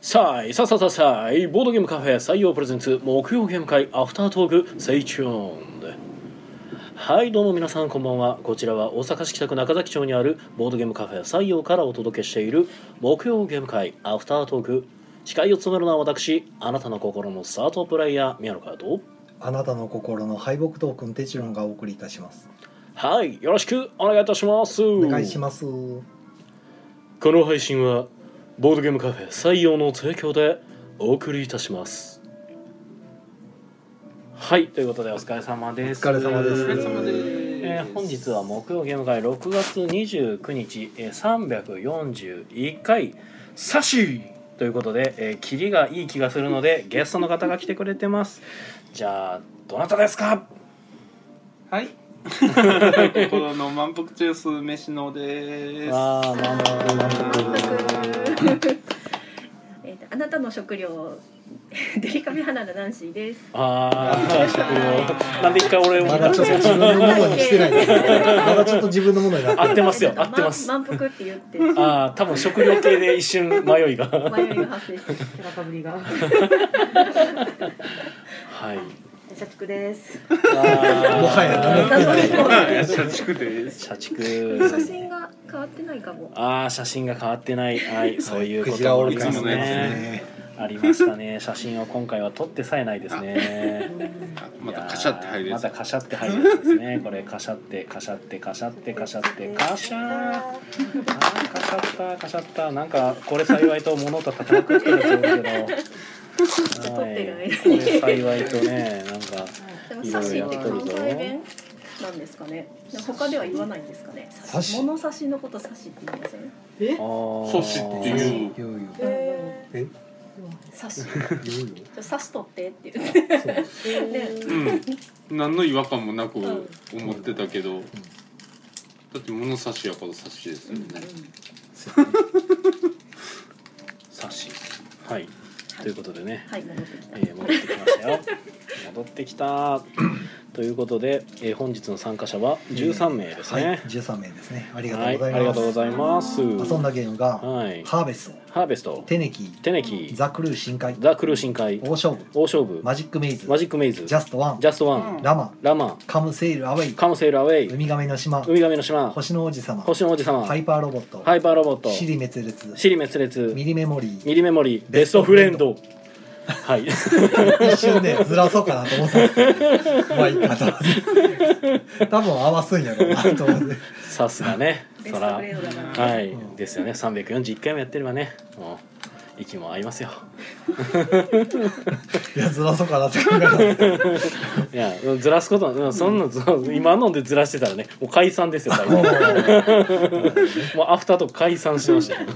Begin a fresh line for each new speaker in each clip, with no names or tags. さあいさあさあさあさあいボードゲームカフェ採用プレゼンツ木曜ゲーム会アフタートークセイチューンはいどうも皆さんこんばんはこちらは大阪市北区中崎町にあるボードゲームカフェ採用からお届けしている木曜ゲーム会アフタートーク司会を務めるのは私あなたの心のスタートプレイヤー宮野和と
あなたの心の敗北トークンテチロンがお送りいたします。
はいよろしくお願いいたします
お
お
願いします。
この配信はボードゲームカフェ採用の提供でお送りいたしますはいということでお疲れ様です
お疲れ様です
お疲れ様です
えー本日は木曜ゲーム会6月29日、えー、341回サシということで、えー、キリがいい気がするのでゲストの方が来てくれてますじゃあどなたですか
はい。この満腹中枢飯野です。
あーまあまあ
えっとあなたの食料 デリカメ花のナンシーです。
あー食料なんで一回俺を
まだちょっと自分のものにしてないです。まだちょっと自分のものになって
合
る。
ってますよ
え
合
と
ってます
満満腹って言って迷
ああ多分食料系で一瞬迷いが
いが発生し てる。
キャラかぶりが。
はい
社畜です。
もはや何も言ってない。
社畜です。
社畜
写真が変わってないかも。
ああ写真が変わってないはいそういう
ク
こ
ジラ
とあ
オル
り
カ
ま
ン
す
のやつね
ねありましたね写真を今回は撮ってさえないですね
あまたカシャって入るや
ま
つ
た。カシャって入るやつですねこれカシャってカシャってカシャってカシャってカシャーあーカシャったカシャったなんかこれ幸いと物と戦ってるやつ多いけど
撮
は
ってる間
い
に
これ幸いとねなんか
でも
い
サ
ろい
シ
ろ
って
やってる
関
ぞ
西弁なんですかね。他では言わないんですかね。
サシ
物差しのことサシって言いません。
え？
そ
ソシっていう。
言うよ。
え
え
サシ。
言うよ。
サシ取ってって言って。
そう。
ー
うん。何の違和感もなく思ってたけど。だって物差しやから差しですよね。
サシはいということでね、
はい戻ってき
え。
た
ー戻ってきましたよ戻ってきたということで、えー本日の参加者は13名です
はい
ね、、
十三名ですね。ありがと
は
う
い、
ご
あ
ざ
り
い
が
ま
とうご
す。
ざいます
遊んだゲームが
はい
ハーベスト、
ハーベスト
テネキー、
テネキ
ザクルー深海、
ザ・クルー深海
大勝負、
大勝負
マジックメイズ、
マジック・メイズ
ジャストワン
ジ、ャスト・ワン
うん
ラマ、
ラマ
カムセイルアウェイ、
カムセイル・アウェ
ウ
イ
ミガメの島
ウ、ミガメの島
星の王子様、
星の王子様
ハ
ハイ
イパーロボット、
パーロボット
シリ滅裂、
シリ滅裂
ミリメモリー
ミリメモリーベストフレンドはい
一瞬ねずらそうかなと思ったんですけどまあいいかと思って多分合わすんやろうなと思って
さすがね
ベ
そ
スト
ら
グレードだな。
はい、
うん
ですよね341回もやってればねもう息も合いますよ
いやずらそうかなって考えたんですけど
いやうんずらすことはうんそんな、そう今のでずらしてたらねもう解散ですよ多分 もうアフターと解散してましたよあ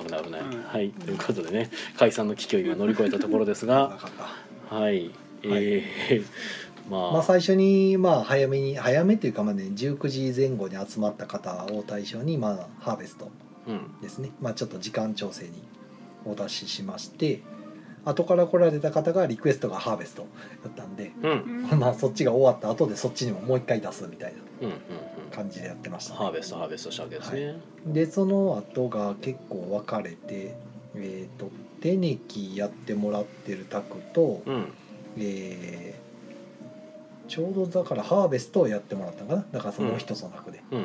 ー危ない危ない、
うん
はいということでね解散の危機を今乗り越えたところです
な
が
かった
はいえー
ま あ
まあ
最初にまあ早めに早めっていうかまあね19時前後に集まった方を対象にまあハーベスト
うん
ですねまあちょっと時間調整にお出ししまして後から来られた方がリクエストがハーベストだったんで
うんうん
まあそっちが終わった後でそっちにももう一回出すみたいな
うんうん
感じでやってましたね
ハーベストハーベストしたわけですね、
でその後が結構分かれてえっ、とテネキやってもらってるタクと、
うん
えーちょうどだからハーベストをやってもらったのかなだからその一つのタクで,、
うんうん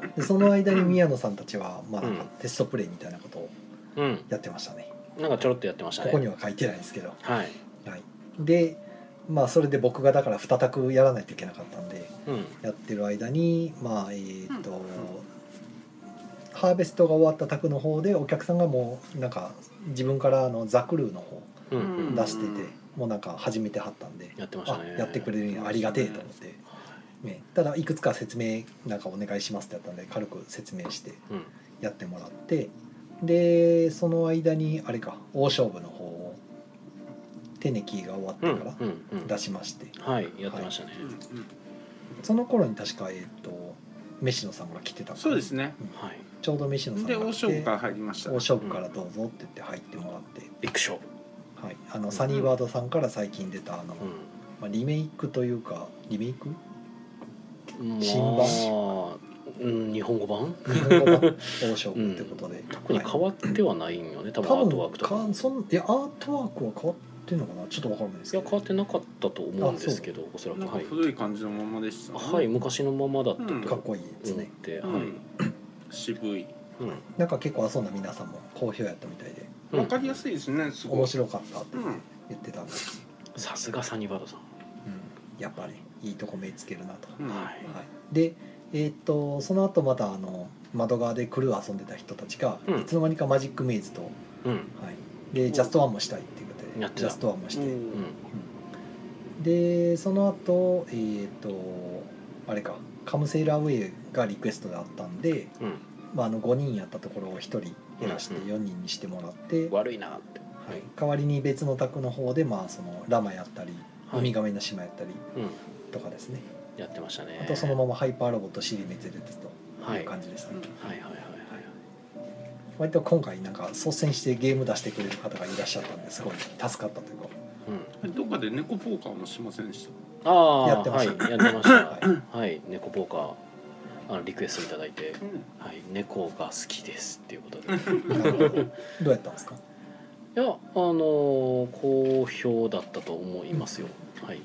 うん
でその間に宮野さんたちは、まあ、なんか
うん
テストプレイみたいなことを
うんうん
やってましたね
なんかちょろっとやってました
こ
ね
こには書いてないんですけど、
はい
はい、でまあそれで僕がだから2タクやらないといけなかったんで
うん
やってる間にまあえっ、と、ハーベストが終わった宅の方でお客さんがもうなんか自分からあのザクルーの方
うんうん
出してて、
うん
もうなんか始めてはったんで、
やってました
あ
ね
やってくれるんやありがてえと思って、ね、ただいくつか説明なんかお願いしますってやったんで軽く説明して
うん
やってもらってでその間にあれか大勝負の方をテネキーが終わって
うん
から
うんうん
出しまして、
はいやってましたね、
その頃に確かえっ、と飯野さんが来てたのかな
そうですね。
はい
ちょうど飯野さん
で
が
大
来て
勝負から入りました。
大勝負からどうぞって言って入ってもらって、
ビッグショー
はい、あのサニーバードさんから最近出たあの、 まあ、リメイクというかリメイク
うん
新
まあうん、日本語版
日本語版王将ってことで、
特に変わってはないんよね、多分ア
多
ートワー
分
クとか
かそんいやアートワークは変わってんのかなちょっとわからないです
い
け
や
ど
変わってなかったと思うんですけどおそらく
なんか
はい、
古い感じのままでした、
はい、、昔のままだったと
うん
かっ
思
こいいです
っ
ね、
て、
う
はい、
ん、渋い
うん
なんか結構遊んだ皆さんも好評やったみたいで
うん
わかりやすいですねすごい
面白かったって
うん
言ってたんで、
さすがサニバドさん、
うん、やっぱりいいとこ目つけるなと、
うん
はい
はい、でえーっとその後またあの窓側でクルー遊んでた人たちが、
うん
いつの間にかマジックメイズと、は
うん
い、でジャストワンもしたいっていうこ
やっ
と
て
で
た
ジャストワンもして、
うんん、
でその後えーっとあれかカムセイラーウェイがリクエストであったんで、
うん
まあ、あの5人やったところを1人減らして
うん
4人にしてもらって、はい、
悪いなって
代わりに別の宅の方で、まあ、そのラマやったり、
はい
ウミガメの島やったり
うん
とかですね
やってましたね
あとそのままハイパーロボットシリメゼルテと
はいいうはい
感じでしたね、
はいはいはい
割と今回なんか率先してゲーム出してくれる方がいらっしゃったんですごい助かったというか
うん
どっかで猫ポーカーもしませんでし
ああ
やってました
はい、やってました
は
はい猫ポーカーあのリクエストいただいて
た、うん、
「はい、猫が好きです」っていうことでいや
どうやったんですか
あのー好評だったと思いますよはい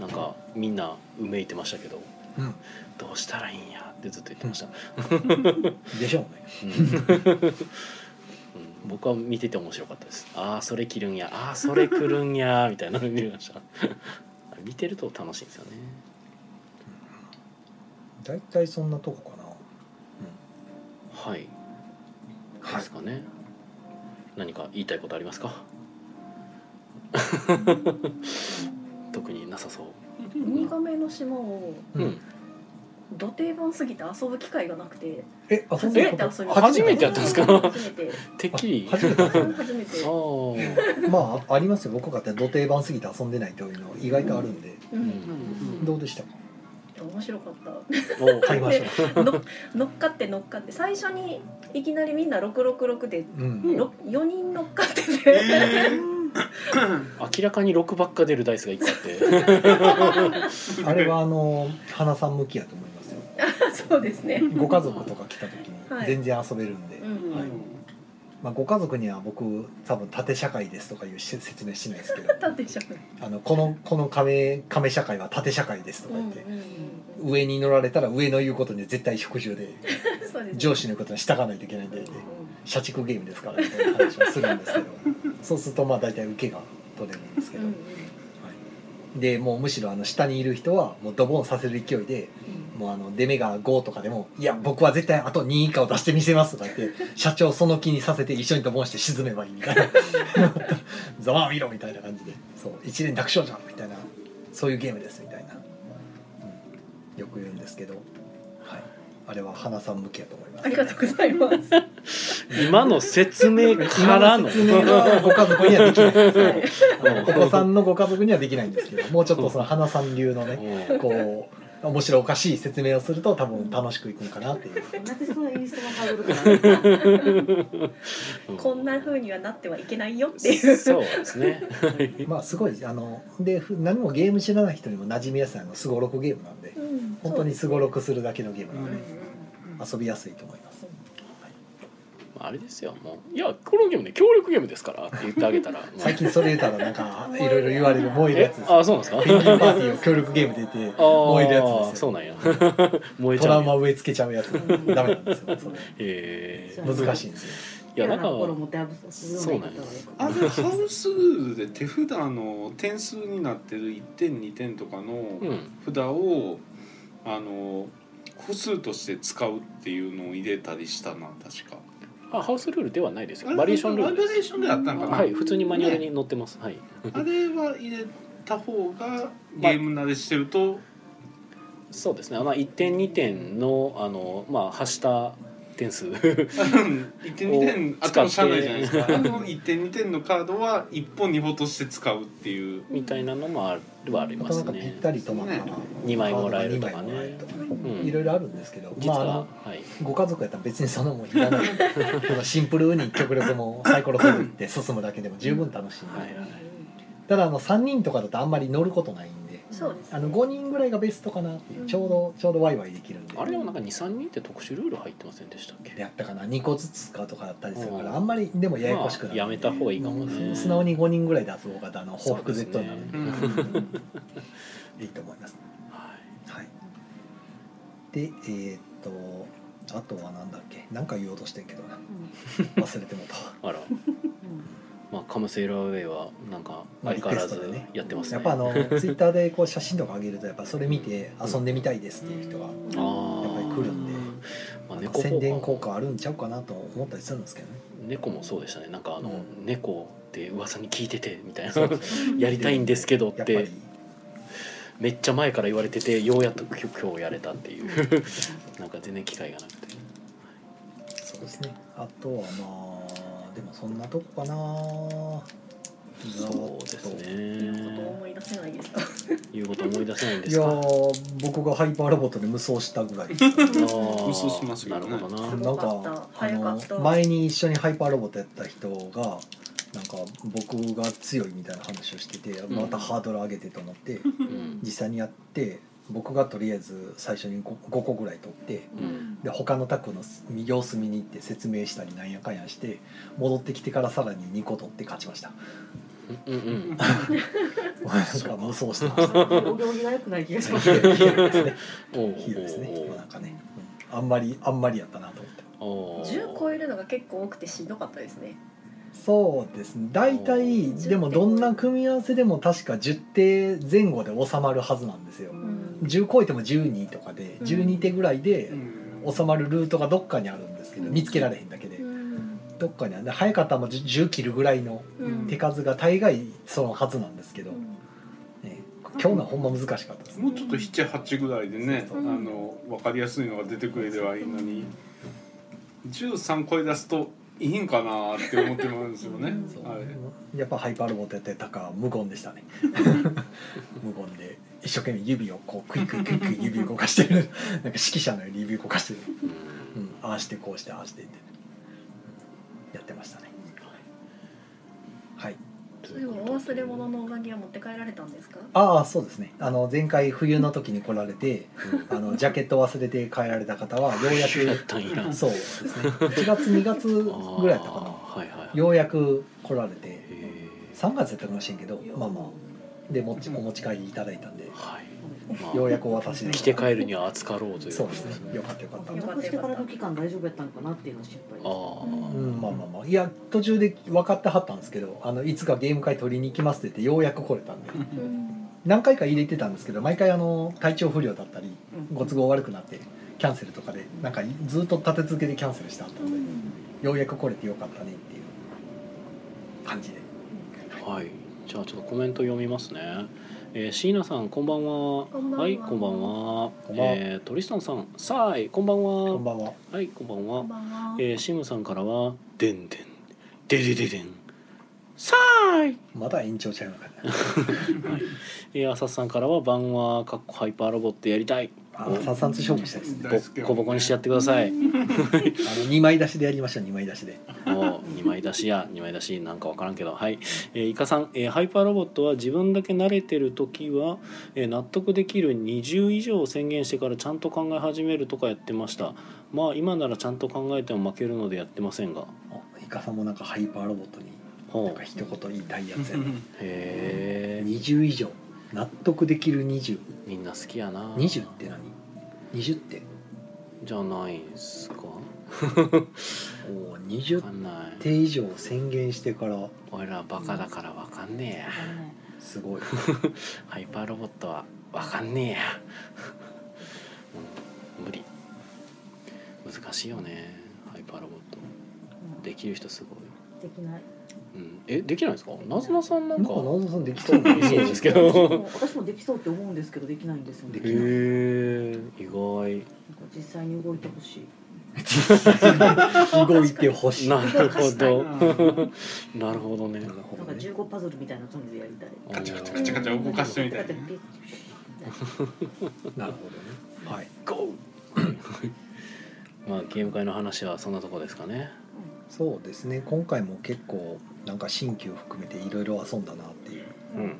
なんかみんなうめいてましたけど
うん
どうしたらいいんやってずっと言ってました、
でしょうね
うんうん僕は見てて面白かったですああそれ着るんやああそれ来るんやみたいなの見てました 見てると楽しいんですよね
大体そんなとこかな、
はい
はい
ですかね、何か言いたいことありますか 特になさそう
ウミガメの島を
うん
うん
土定番すぎて遊ぶ機会がなくて
えあそ
初
んな
め
こ
て
と
遊びました
初めてやったんですか
初めて
てっきり
初めて遊んだ
初めて
あー
まあありますよ僕がって土定番すぎて遊んでないというの意外とあるんで、
う
うん
ん
どうでしたか
面白かった
お
買いまし
で
た
の乗っかって乗っかって最初にいきなりみんな666で
うん、
ろ4人乗っかってて、
明らかに6ばっか出るダイスが1個あって
あれはあの花さん向きやと思いますよ
そうですね、
ご家族とか来た時に
はい
全然遊べるんで、
うん
はい
まあ、ご家族には僕多分縦社会ですとかいうし説明しない ですけど
だってしゃべる
あのこのこの亀亀社会は縦社会ですとか
うん
言
うん
って、
うん
上に乗られたら上の言うことには絶対服従で
そうですね
上司の言うことに従わないといけないんで、
うん
社畜ゲームですからみたいな話をするんですけ どそうするとまあ大体受けが取れるんですけ
う
ど、
ん
でもうむしろあの下にいる人はもうドボンさせる勢いでもうあの出目が5とかでも「いや僕は絶対あと2以下を出してみせます」とか言って社長その気にさせて一緒にドボンして沈めばいいみたいな「ざまあ見ろ」みたいな感じで「そう一連楽勝じゃん」みたいなそういうゲームですみたいな、うんよく言うんですけど、はい、あれは花さん向けやと思いま
あ
す
り。がとうございます。
今の説明からの
説明はご家族にはできないです
はい
ね。お子さんのご家族にはできないんですけどもうちょっとその花さん流のね
うん
こう面白おかしい説明をすると多分楽しくいくんかなっていう
なぜそのインスタのハードルかな。
うん
こんな風にはなってはいけないよっていう。
そうですね
まあすごいあのでふ何もゲーム知らない人にも馴染みやすいあのすごろくゲームなんで
うん
本当にすごろくするだけのゲームなん
う
で
ん
遊びやすいと思います
あれですよもういやこのゲームね協力ゲームですからって言ってあげた ら
最近それ言うたらな んかいろいろ言われる燃えるや
え
つです
あそうなんですか
ペンギンパーティーを協力ゲームで言って
あー
燃えるやつです
そう
よ
なんや 燃えち
ト
ゃ
ラ
う
ウ
ん
マ
や
植え付けちゃうやつダメなんですよそれ
えー
難しいんですよ
いやなんか
心持って遊ぶような言い方はよく
あれハウスルールで手札の点数になってる1点2点とかの
うん
札をあの歩数として使うっていうのを入れたりしたな確か
あハウスルールではないですよバリエーションルール
バ
で
リエーションであったんかな、
はい普通にマニュアルに載ってますはい
あれは入れた方がゲーム慣れしてると、
そうですねまあ1点2点のあのまあ発した点数
1点2点あってもしゃあないじゃないですか
使
あの1点2点のカードは1本2本として使うっていう
みたいなのもあるはあり
な
ま
かな
す
かぴっ
ね
たり止まったら
2枚もらえるとか
二枚もらえ
ね
るとか
うん
いろいろあるんですけど
実
まああ
は
の
はい
ご家族やったら別にそんなもんいらないそのシンプルに極力もうサイコロ振るって進むだけでも十分楽しいんで、
はいはい
ただあの3人とかだとあんまり乗ることないんで
そうです、ね、
あの5人ぐらいがベストかなっていう、ちょうどちょうどワイワイできるんで
あれでもなんか23人って特殊ルール入ってませんでしたっけ
でやったかな2個ずつかとかだったりするか
う
ら
ん
あんまりでもややこしくな
ま
る、
あやめた方がいいかも
う
ね
ん素直に5人ぐらい出す方があの報復 Z になるんで
そううんで
いいと思います、
は
はい、でえーっとあとはなんだっけなんか言おうとしてんけどな忘れてもうたわ
いあらまあカムセイラーウェイはなんか相変わらずやってますね
やっぱあのツイッターでこう写真とか上げるとやっぱそれ見て遊んでみたいですっていう人が
あー
やっぱり来るんで
まあ
なん
猫
か宣
効
伝効
果
果あるんちゃうかなと思ったりするんですけどね
猫もそうでしたねなんかあの、
うん
猫って噂に聞いててみたいな
そうです ね
やりたいんですけどっ
やっぱ
て
り
めっちゃ前から言われててようやっと今日今日やれたっていう なんか全然機会がなくて
そうですねあとはまあでもそんなとこかな
そうです
ことを
ね
思い出せないですか
言うこと思い出せないんで
い
す
や
か
ー僕がハイパーロボットで無双したぐらい です
あー
嘘しますよね
なるほどな
す
なん
ごか
か
った
あ
早か
の
った
前に一緒にハイパーロボットやった人がなんか僕が強いみたいな話をしてて
ん
またハードル上げてと思って、
うん
実際にやって僕がとりあえず最初に 5, 個ぐらい取って
うん
で他のタクの様子見に行って説明したりなんやかんやして戻ってきてからさらに2個取って勝ちました
うんうん
なんか無双してました
お行儀が良くない気がしま す。
おう
ヒーローですね
おうおう
まあなんかねうんあんまりあんまりやったなと思って
おう
10超えるのが結構多くてしんどかったですね
そうですね大体
おー
でもどんな組み合わせでも確か10手前後で収まるはずなんですよ10超えても12とかで
うん
12手ぐらいで
うん
収まるルートがどっかにあるんですけど見つけられへんだけで
うん
どっかにあるで早かったらもう10切るぐらいの
うん
手数が大概そのはずなんですけど、ね、今日のはほんま難しかったですね
もうちょっと七八ぐらいでね、
そう
そう
あの分かりやすいのが出てくれればいいのに13超え出すといいんかなって思ってますよね
そ
あれ
そうやっぱハイパーロボットやってたか無言でしたね 無言で一生懸命指をこうクイクイクイクイ指動かしてるなんか指揮者のように指動かしてる、
うん
うん、ああしてこうしてああしてってやってましたねはい
でもお忘れ物のおがげは持って帰られたんですか
ああそうですねあの前回冬の時に来られて
うん
あのジャケット忘れて帰られた方はようや
やっ
く
たんや
そうですね1月2月ぐらいだったかな
あーはいはい
ようやく来られて
えー
3月やったかもしれんけどまあまあでもっちお持ち帰りいただいたんで
はい
よう
ま
やくお渡しで
あ
き
着て帰るには扱ろうという
そうですねよかったよかった
なくしてからの期間大丈夫やったんかなっていうのは心配
あ
う
ー
んまあまあまあいや途中で分かってはったんですけどあのいつかゲーム会取りに行きますって言ってようやく来れたんで
うん
何回か入れてたんですけど毎回あの体調不良だったりご都合悪くなってキャンセルとかでなんかずっと立て続けでキャンセルしてあったのでようやく来れてよかったねっていう感じで
はいじゃあちょっとコメント読みますねえー、椎名さんこんばんは
こんばんは
はいこんばんは
こんばんは
えー、トリスタンさんさあいこんばんは
こんばんは
はいこんばん
こ
は
んばんは
えー、シムさんからはでんでんででででんさあい
まだ延長ちゃいなかった
えー、浅瀬さんからは晩はかっこハイパーロボットやりたい
あーさんさんと勝負したいですね
ボ
大好き
ッコボコにしてやってください
あの2枚出しでやりましょう2枚出しで
もう2枚出しや2枚出しなんか分からんけどはい、えー、イカさん、えーハイパーロボットは自分だけ慣れてる時は、えー納得できる20以上を宣言してからちゃんと考え始めるとかやってましたまあ今ならちゃんと考えても負けるのでやってませんが
あイカさんもなんかハイパーロボットにな
ほ
んか
うへ
一言言いたいやつやな
え
20以上納得できる2020
みんな好きやな
って何 ?20 って
じゃないんすか
おお
分
20
かんない
手以上宣言してから
俺らバカだから分かんねえや
すごい
ハイパーロボットは分かんねえや、 うん無理難しいよねハイパーロボットできる人すごい、
できない。
うん、えできないんですかなずなさんな
なんんか
か
謎さんできそうなイメ
そう
ー
で
ジ
すけど
私もできそうって思うんですけどできないんですよね。
で
へえ
きない
意外
実際に動いてほしい。
動いてほしい
な
な
るほど
うん
なるほどね
るほど
なんか
ね
15パズルみたいな感じでやりたい。
あー
カチャカチャカチャカチャ動かしてみたいな
なるほどねはい
ゴーまあゲーム会の話はそんなとこですかね
そうですね今回も結構なんか新旧含めていろいろ遊んだなっていう、
うんうん
うん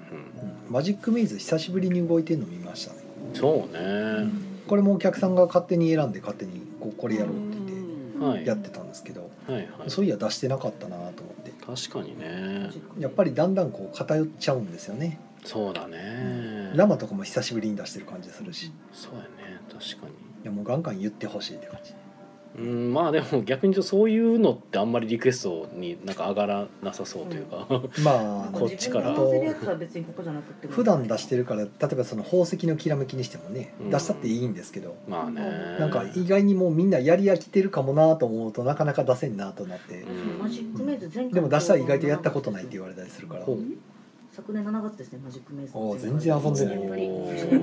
マジックメイズ久しぶりに動いてるの見ましたね
そうね、
これもお客さんが勝手に選んで勝手にこうこれやろうって言っ
は
て
い
や
は
ってたんですけど
いはい
そういや出してなかったなと思って
確かにね
やっぱりだんだんこう偏っちゃうんですよね
そうだね
生とかも久しぶりに出してる感じするしい
そうやね確かに
やもうガンガン言ってほしいって感じ
うんまあでも逆に言うとそういうのってあんまりリクエストになんか上がらなさそうというか、
まあ
こっちから
自分で合わせるやつは別にここじゃなくても
普段出してるから例えばその宝石のきらめきにしてもね
うん
出したっていいんですけど、
まあね
なんか意外にもうみんなやり飽きてるかもなと思うとなかなか出せんなとなって
う、ん
マジックメイズ前回
でも出したら意外とやったことないって言
わ
われたりするから、
ほう
昨年7月ですねマジックメイズ
おう全然遊んでない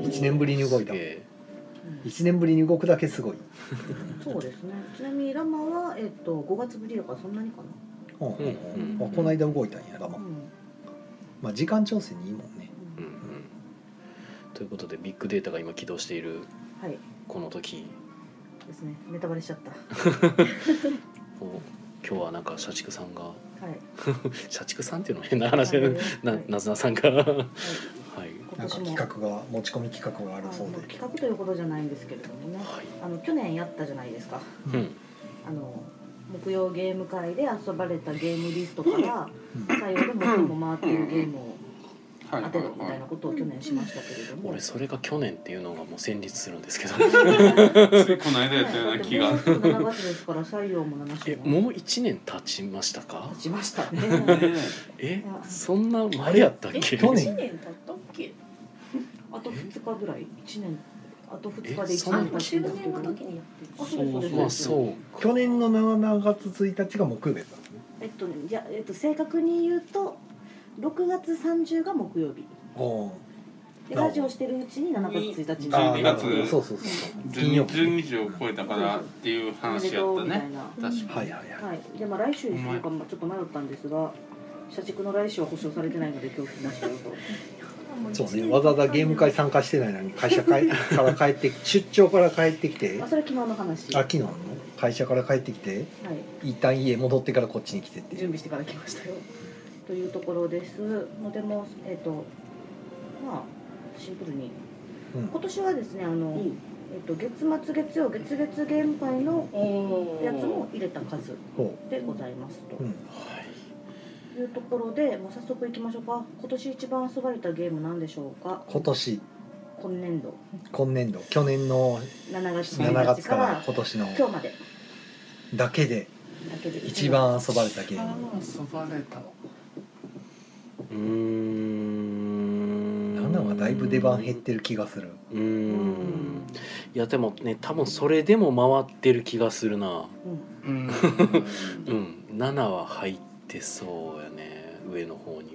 一
一年
年ぶり
ぶりに動いた
すげえ
うん
1年ぶりに動くだけすごい、
そうですねちなみにラマはえっと5月ぶりだからそんなにかな
うん
うんうん
あこの間動いたんやがまあ
うん
まあ時間調整にいいもんね
うんうんということでビッグデータが今起動している
はい
この時
ですねネタバレしちゃった
お今日はなんか社畜さんが
はい
社畜さんっていうのも変な話
はい
な
はい
なずなさんがは
はい
い
な
今
んか
年
企
も
画が持ち込み企画がある
あ
そう
の
で
企画というほどじゃないんですけれどもね
はい
あの去年やったじゃないですか
うん
あの木曜ゲーム会で遊ばれたゲームリストから採用で最も回っているゲームを
はい
当
はい
てろみたい
は
なことを去年しましたけれども
俺それが去年っていうのがもう戦慄するんですけど
いついこの間やったような気が
もうすぐ7月ですから採用も7
え
週も
もう1年経ちましたか
経ちました
ね
ね
え
いや
そんな前やったっ
え
け
去年
一年経ったっけ
あと2日ぐらい1年あと2日で
え
1
そんな
年
あ
経
中
つんです
年
けど
の
ね
時にやってる
あ
そ
そううです
まあ
そう
そ
で
うか
去年の7月1日が木曜日だったんですね
えっとねじゃあえっと正確に言うと6月30が木曜日
おー
で
なるほど
ラジオしてるうちに7月1日に
あー
12
なるほど
月
そうそうそう金曜日ね
12時を超えたからっていう
おめで
話や
と
っ
う
た
みたい
ね
な
確かに
はいはいはい
はい、でまあ来週にするかもちょっと迷ったんですが社畜の来週は保証されてないので今日なしだよと
そうね、わざわざゲーム会参加してないのに会社会から帰って出張から帰ってきて
あ
あ
それ昨日の話は
昨日の会社から帰ってきて
い
一旦家戻ってからこっちに来てってい
準
う
備してから来ましたよというところですのでもうえっ、とまあシンプルに
うん
今年はですねあの、えっと月末月曜月月ゲーム会のやつも入れた数
ほ
でございますと
う、うん、
いうところでもう早速いきましょうか今年一番遊ばれたゲームなんでしょうか
今年
今年度
今年度去年の
7月
7
1
月
日
か
からら
今年の
今日まで
だけで
だけで
一番遊ばれ たゲーム
遊ばれたの
うーん
7はだいぶ出番減ってる気がする
うーんいやでもね多分それでも回ってる気がするな
うん
うん
うん7は入ってそうやね上の方には
はい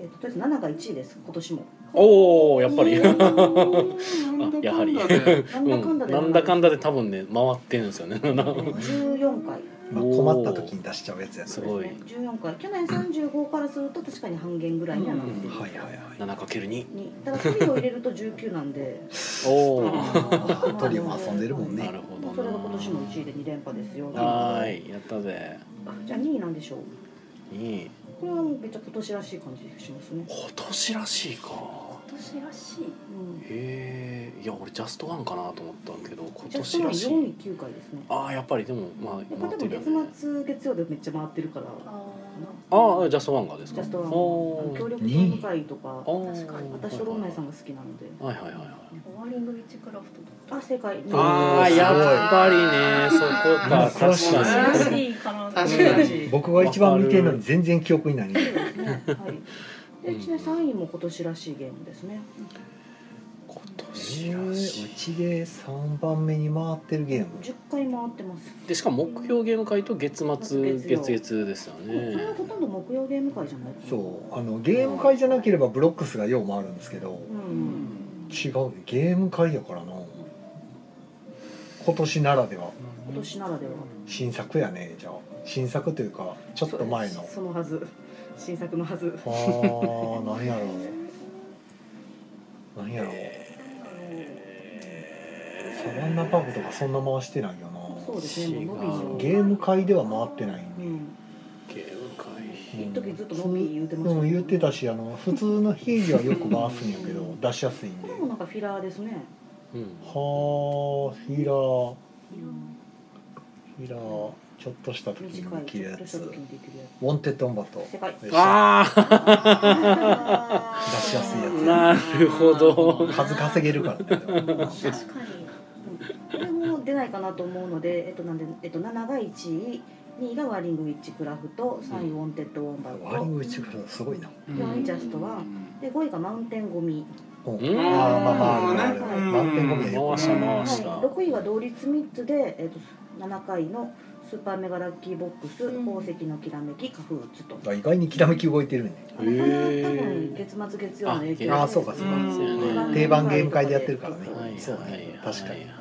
えーととりあえず7が1位です今年も
おおやっぱり
なんだ
あ
かん だで
やはり
なんだかんだで
うんなんだかんだで多分ね回ってるんですよね7
14回
まあ、困った時に出しちゃうやつや
す
ね
ごい
14回去年35からすると確かに半減ぐらいにはなってる、
はいはいはい
かける2
にただ距離を入れると19なんで
おお
あートリオも遊んでるもんね
なるほどな
それが今年も1位で2連覇ですよ
はーいやったぜ
じゃあ2位なんでしょう
いい
これはめっちゃ今年らしい感じがしますね、
今年らしいか
年らしい
へ
うん、
えいや俺ジャストワンかなと思ったんだけど今
じゃあそ
年
の
らし
4
い
位9回ですね
ああやっぱりでもまあ
やっぱ
回って
で
るよ
も
ね
月末月曜でめっちゃ回ってるから
ああジャストワンがです
ジ
か
ャストワンあの
お
協力ゲーム会とか
お
確かに
私とロンナイさんが好きなので
はいはいはいはい
ワーリングウィッチクラフトと
あ正解
ああ
ー
やっぱりね
あー
そこか確
詳しい
か
か
に
しいから
確
かに
僕が一番見てるのに全然記憶にない
そうですねはいでちなみに3位も今年らしいゲームですね
今
え
年
ー
らし
う
い
ちで3番目に回ってるゲーム
10回回ってます
でしかも木曜ゲーム会と月末
月曜
月月ですよ
でもそれは
ね
ほとんど木曜ゲーム会じゃないかな
そうあのゲーム会じゃなければブロックスがよう回るんですけど
う
うんん
違うねゲーム会やからな今年ならでは
今年ならでは
新作やねじゃあ新作というかちょっと前の
そのはず新作のはず
あー何やろう何やろうサバンナパークとかそんな回してないよ
そう
な
ですねもう伸び
違う
に
ゲーム会では回ってないんで
うん
ゲームかい
一時ずっとモビー言うてました
うん、
ね
言ってたしあの普通の平時はよく回すんやけど出しやすいん
こ
では
れもなんかフィラーですね
うん
あヒラー
うん
ヒラーちょっとした時に
短
で
い
き
ち
る
ょ
や
っとした
つ
時にできるや
ウォンテッドオンバット
つ世界
出
ああ
出
しやすいやつ
なるほど
数稼げるからねでも
確かに
これも出ないかなと思うので、えっとなんでえっと、7が1位2位がワーリングウィッチクラフト3位ウォンテッドウォンバッ
ワーリン
ト
グ一からすごいな
うんジャストはで5位がマウンテンゴミ、
うん
うん
ああまあまああるある
うん
満点ゴミで
回した回
はい、
した
6位は同率3つで、えっと、7回のスーパーメガラッキーボックス、
うん
宝石のきらめきカフーツと。
意外にきらめき動いてるね
これは多分
へー
月末月曜の影響で
ああそうかそうか、
うん
うん
定番ゲーム会でやってるからね、
はい
そう
はいはい
ね確かに、
はいはい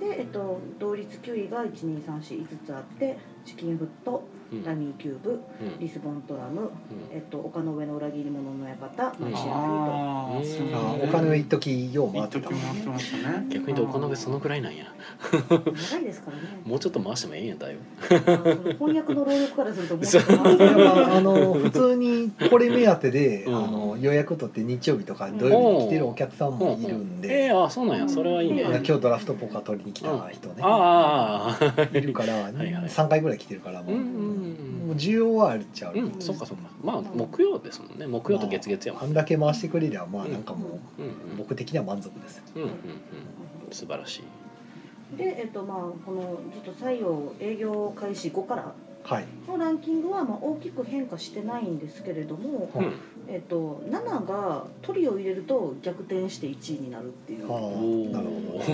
で、えっと、同率9位が12345つあってチキンフット
うん
ラミーキューブ
うん
リスボントラム、
うん
えっと、丘の上の裏切り者の館
うん
マシア
あーそう
うん
ああ
ね
お金を一時よう回
一
って
時
た
回
もん
ってましたね
逆に言うと岡野上そのくらいなんや
リと長いですからね
もうちょっと回してもええんやだよ
あの翻訳の労力からするともうちょっと回
だか
る
らあの普通にこれ目当てで、
うん
あの予約取って日曜日とか土曜日に来てるお客さんもいるん
ええ
で、
ああそうなんやそれはいいね
うん
今日ドラフトポーカー取りに来た人ね、
ああ
いるから
はいはい
3回ぐらい来てるからも
う
う,、
んうん
もう需要はあるっちゃあ
う
る、
ん、うん、そっかそっかまあ木曜ですもんね木曜と月月や
ま
も
ああ
ん
ん
ね、
だけ回してくれりゃまあなんかも
うんう
うん僕的には満足ですよ
うんうんうん素晴らしい
で、えっとまあ、このちょっと採用営業開始後から
はい
のランキングはまあ大きく変化してないんですけれども、
うん
えっと、7がトリを入れると逆転して1位になるっていう
ああ
おー
なる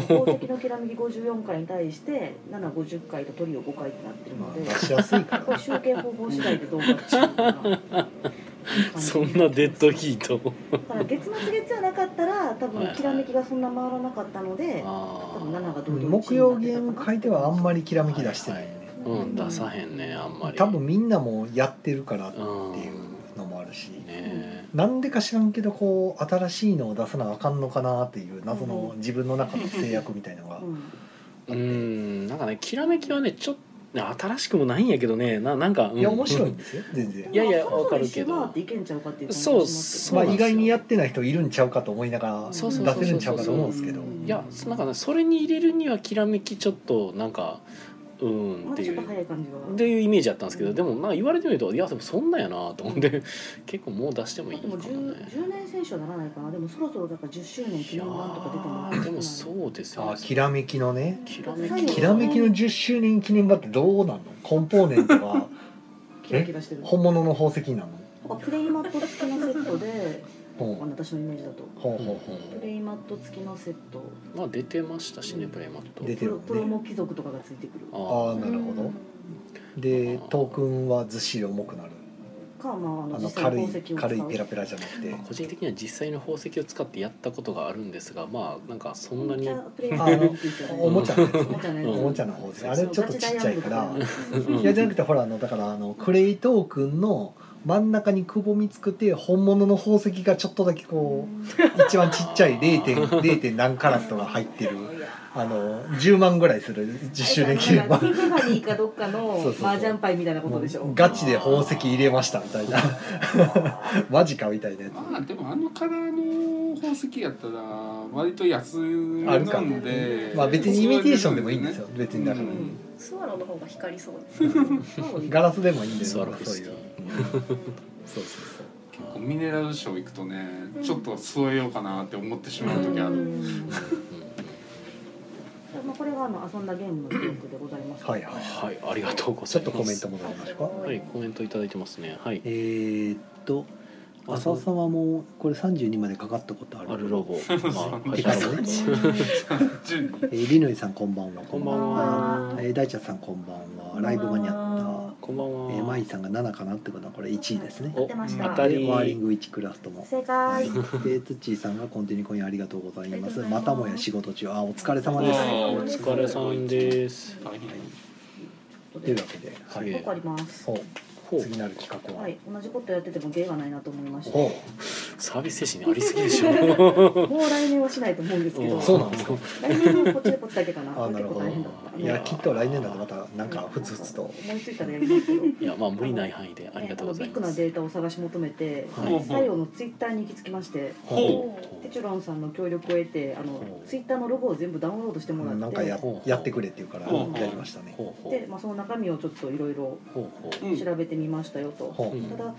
ほ
宝石のきらめき54回に対して750回とトリを5回になってる
ど、ま
の
あ、
で、
出しやすいか
これ
ら、ね、
集計方法次第でどうかっていうのが
そんなデッドヒート
だから月末月曜なかったら多
はいは
分
い
きらめきがそんな回らなかったので多
あ
分7が堂々1位になってたかな
木曜ゲーム会ではあんまりきらめき出してないね、
あうん出さへんねあんまり
多分みんなもやってるからって
うん
いう
ね
のもあるし、
え
なんでか知らんけどこう新しいのを出さなあかんのかなっていう謎の自分の中の制約みたいなのが、
う
う
ん
んなんかねきらめきはねちょっと新しくもないんやけどねななんか、うん
いや面白いんですよ全然
い。やいや
まあそろ
わ
そ
かる
ろ
け
一周
ど
回っていけんちゃうかっていう感じ
そう
がしますけ
そう
ま
な
あ
ど
んですよ
意外にやってない人いるんちゃうかと思いなが
そうそう
ら出せるんちゃうかと思うんですけど
うん
いやなんかねそれに入れるにはきらめきちょっとなんかうーん
ま
って
だ
い
ちょっと
う
早い感じが
っていうイメージだったんですけど
うん
でもまあ言われてみるといやでもそんなんやなと思って結構もう出してもいい
で
かも
も 10,
ね。
10年選手はならないかなでもそろそろだから10周年記
いや
念版とか出てもら
ーでもそうですよ
あ
ね。
きらめきのね
きらめき
きらめきの10周年記念版ってどうなんのコンポーネントが
キラキラしてる
本物の宝石なの
なんかプレイマット付きのセットで
ほうほう
私のイメージだと
ほう
うん
ほ
プレイマット付きのセット
まあ出てましたしねプレイマット。
出て
プ
る
ロプロモ貴族とかがついてくる
あ
うああ
ー
なるほ
う
ど
ん
でトークンはずっしり重くなる
かまあ
あの
あの実際
軽
の
い
宝石を使
軽
う
いペラペラじゃなくて
個人的には実際の宝石を使ってやったことがあるんですがまあなんかそんなに
じゃあ
う
プレイ
あ
マ
あ
ット
の
付きですよ
お
ね
もちゃのやつ
おもちゃのやつ
うん
おもちゃの方ですあれちょっとちっちゃいから
ガチダイヤモンドと
ん
いやじゃなくてほらあのだからあのクレイトークンの真ん中にくぼみ作って本物の宝石がちょっとだけこう一番ちっちゃい 0. 0. 点何カラットが入ってるあの10万ぐらいする10周年記念
な
版
んかティファニーかどっか
そ
の
うそうそう
麻雀牌みたいなことでしょ
もうガチで宝石入れましたみたいな マジかみたいなやつ
まあでもあのカラーの宝石やったら割と安め
あるか
なんで
まあ別にイミテーションでもいいんですよ別にだから、
うん
スワローの方が光りそうです
そう
ガラスでもいいんです
スワ
よ
ロフ
そう
ス
い
キ
う
ー。
そうそう
結構ミネラルショー行くとね、
うん
ちょっと添えようかなって思ってしまう時あ
う
る、
ん
うん
まあこれがあの遊んだゲームの記録でございます
そうはいはい
はい、ありがとうご
ち
ざ
ょ
い
っ
ます。
とコメント。戻りましょうか
はい、コメントいただいてますね。はい
え。ー、っと浅尾さんはもうこれ32までかかったことある
アルロボ。まあは
て
い
かもね
順に
えー、りのりさんこんばんは
こんばん
は
えー、大ちゃんさんこんばんはライブ間にあっ
こんばん
た
は。
えー、まいさんが7かなってことはこれ1位ですね
お
出ました
当
で
たり。
ワーリングウィッチクラフトも
正
は
解
い、でつっちーさんがコンティニコインありがとうございます
ありがとうございま
ま
す
たもや仕事中あお疲れ様
お
です
あー
疲れさんです。
大変
というわけで、は
すげ
い、
え
僕あります
ほう
ほう
次なる企画は、
はい、同じことやってても芸がないなと思いました。
ほ
サービス精神ありすぎでしょ
もう来年はしないと思うんですけど。
そうなんですか
来年のこっちでこっちだけかな。
あなるほど
結構大変だった。
いやきっと来年だとまたなんかふつふつと
思いついたらやりますけど。
いやまあ無理ない範囲 でありがとうござい
ね
ま
あのビッグな
す
データを探し求めて、
はい
太陽のツイッターに行き着きまして、
ほ
テチュロンさんの協力を得て、あの
ほう
ツイッターのロゴを全部ダウンロードしてもらって、
なんかや
ほう
やってくれっていうから
ほう
やりましたね。
ほうほう
で、まあその中身をちょっといろいろ
ほうほ
う
うん
調べてみましたよと。
ほう
うん
ただ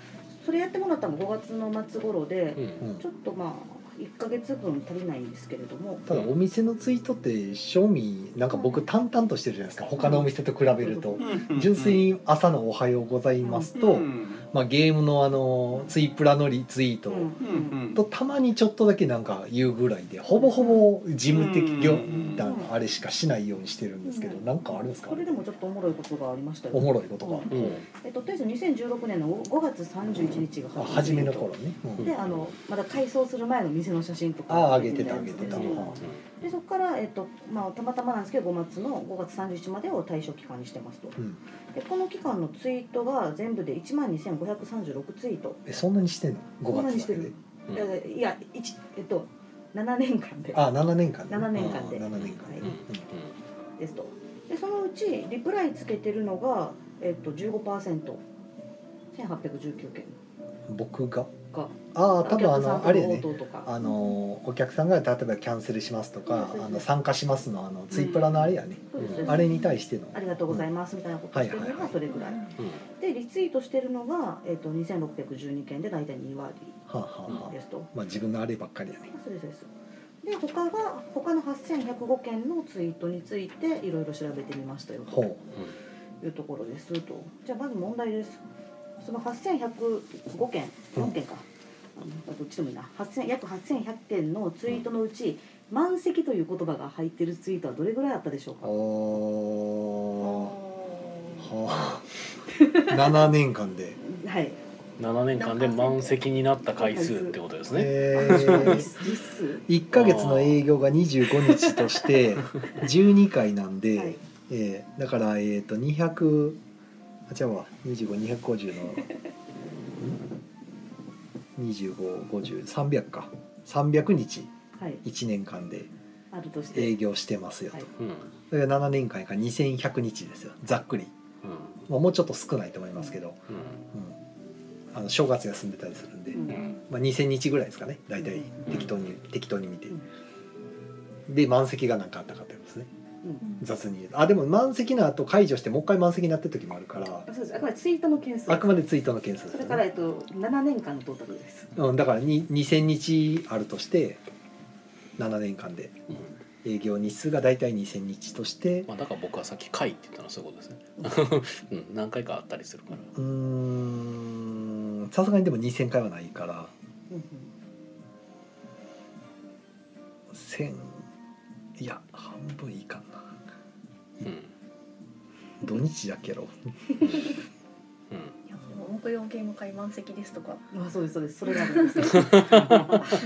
それやってもらったのが5月の末頃で
う、ん
うん
ちょっとまあ1ヶ月分足りないんですけれども、
ただお店のツイートって賞味なんか僕淡々としてるじゃないですか他のお店と比べると
うん
純粋に「朝のおはようございます」と、
うん
まあ、ゲームのあのツイプラのリツイート
うん
うんうん
とたまにちょっとだけなんか言うぐらいでほぼほぼ事務的業
うん
なんかあれしかしないようにしてるんですけど
うん
なんかあるんですか
これでもちょっとおもろいことがありましたよ。
おもろいことが
うん
うん
えっと、とりあえず2016年の5月31日が
あ初めの頃ね、うん
であのまだ改装する前の店の写真とか
ああ上げてた上げて
で
た、
うん
は
でそこから、えっとまあ、たまたまなんですけど5月の5月31日までを対象期間にしてますと
あうん、
でこの期間のツイートが全部で1万2536ツイート、
えそんなにしてんの
そん
5
なにし
月
て
だけ
る
で
うん
いやいや一えっと7年間で
あ7年間ね
7年間で
あー7年間ね、
は
う
い
ん
ですとでそのうちリプライつけてるのが、えっと、15%1819 件
僕が
が
ああ多分あのあれやね
とか
あのお客さんが例えばキャンセルしますとか
そうそうそう
あの参加しますのあのツイプラのあれやね、
そうですそうです
あれに対しての
ありがとうございますみたいなことしてる
はい
の
はいは
が
い
それぐらい、
うん
でリツイートしてるのが、えっと2612件で大体2割
はあ、はあはあ
ですと、
まあ自分のあればっかりやね
そうですそうですで他が他の8105件のツイートについていろいろ調べてみましたよと
ほ
いうところですとじゃあまず問題ですその8105件4件か、あのどっちでもいいな8000約8100件のツイートのうち「満席」という言葉が入ってるツイートはどれぐらいあったでしょう
う
か
おーは あ7年間で
はい
7年間で満席になった回数ってことですね。
え
実
ー
実数
1か月の営業が25日と して12回なんで、
はい
えーだからえっ、と200あ違うわ25250の 255030か300日
はい
1年間で
あるとして、
営業してますよと、
はい
うんうん
それが7年間から2100日ですよざっくり、まあ、もうちょっと少ないと思いますけど、
うん
うん、あの正月休んでたりするんで、
うん
うん
まあ、2,000日ぐらいですかね大体
うん
適当に、適当に見て、
うん
で満席がなんかあったかってことですね
うん
雑に言うとあでも満席の後解除してもう一回満席になってる時もあるから
そうですあくまでツイートの件数
あくまでツイートの件数
そ
で
れ
す
か
よ
ら、
ね
えっと、7年間のトータルです
うん、だからに2,000日あるとして7年間で営業日数が大体2,000日として
まあだから僕はさっき回って言ったのはそういうことですね。うん何回かあったりするから。
うーんさすがにでも2,000回はないから
うんうん
1,000いや半分以下な
うん
土日だけやろ
うん
いやでも木曜系も買い満席ですとか
あそうですそうですそれがあるんで す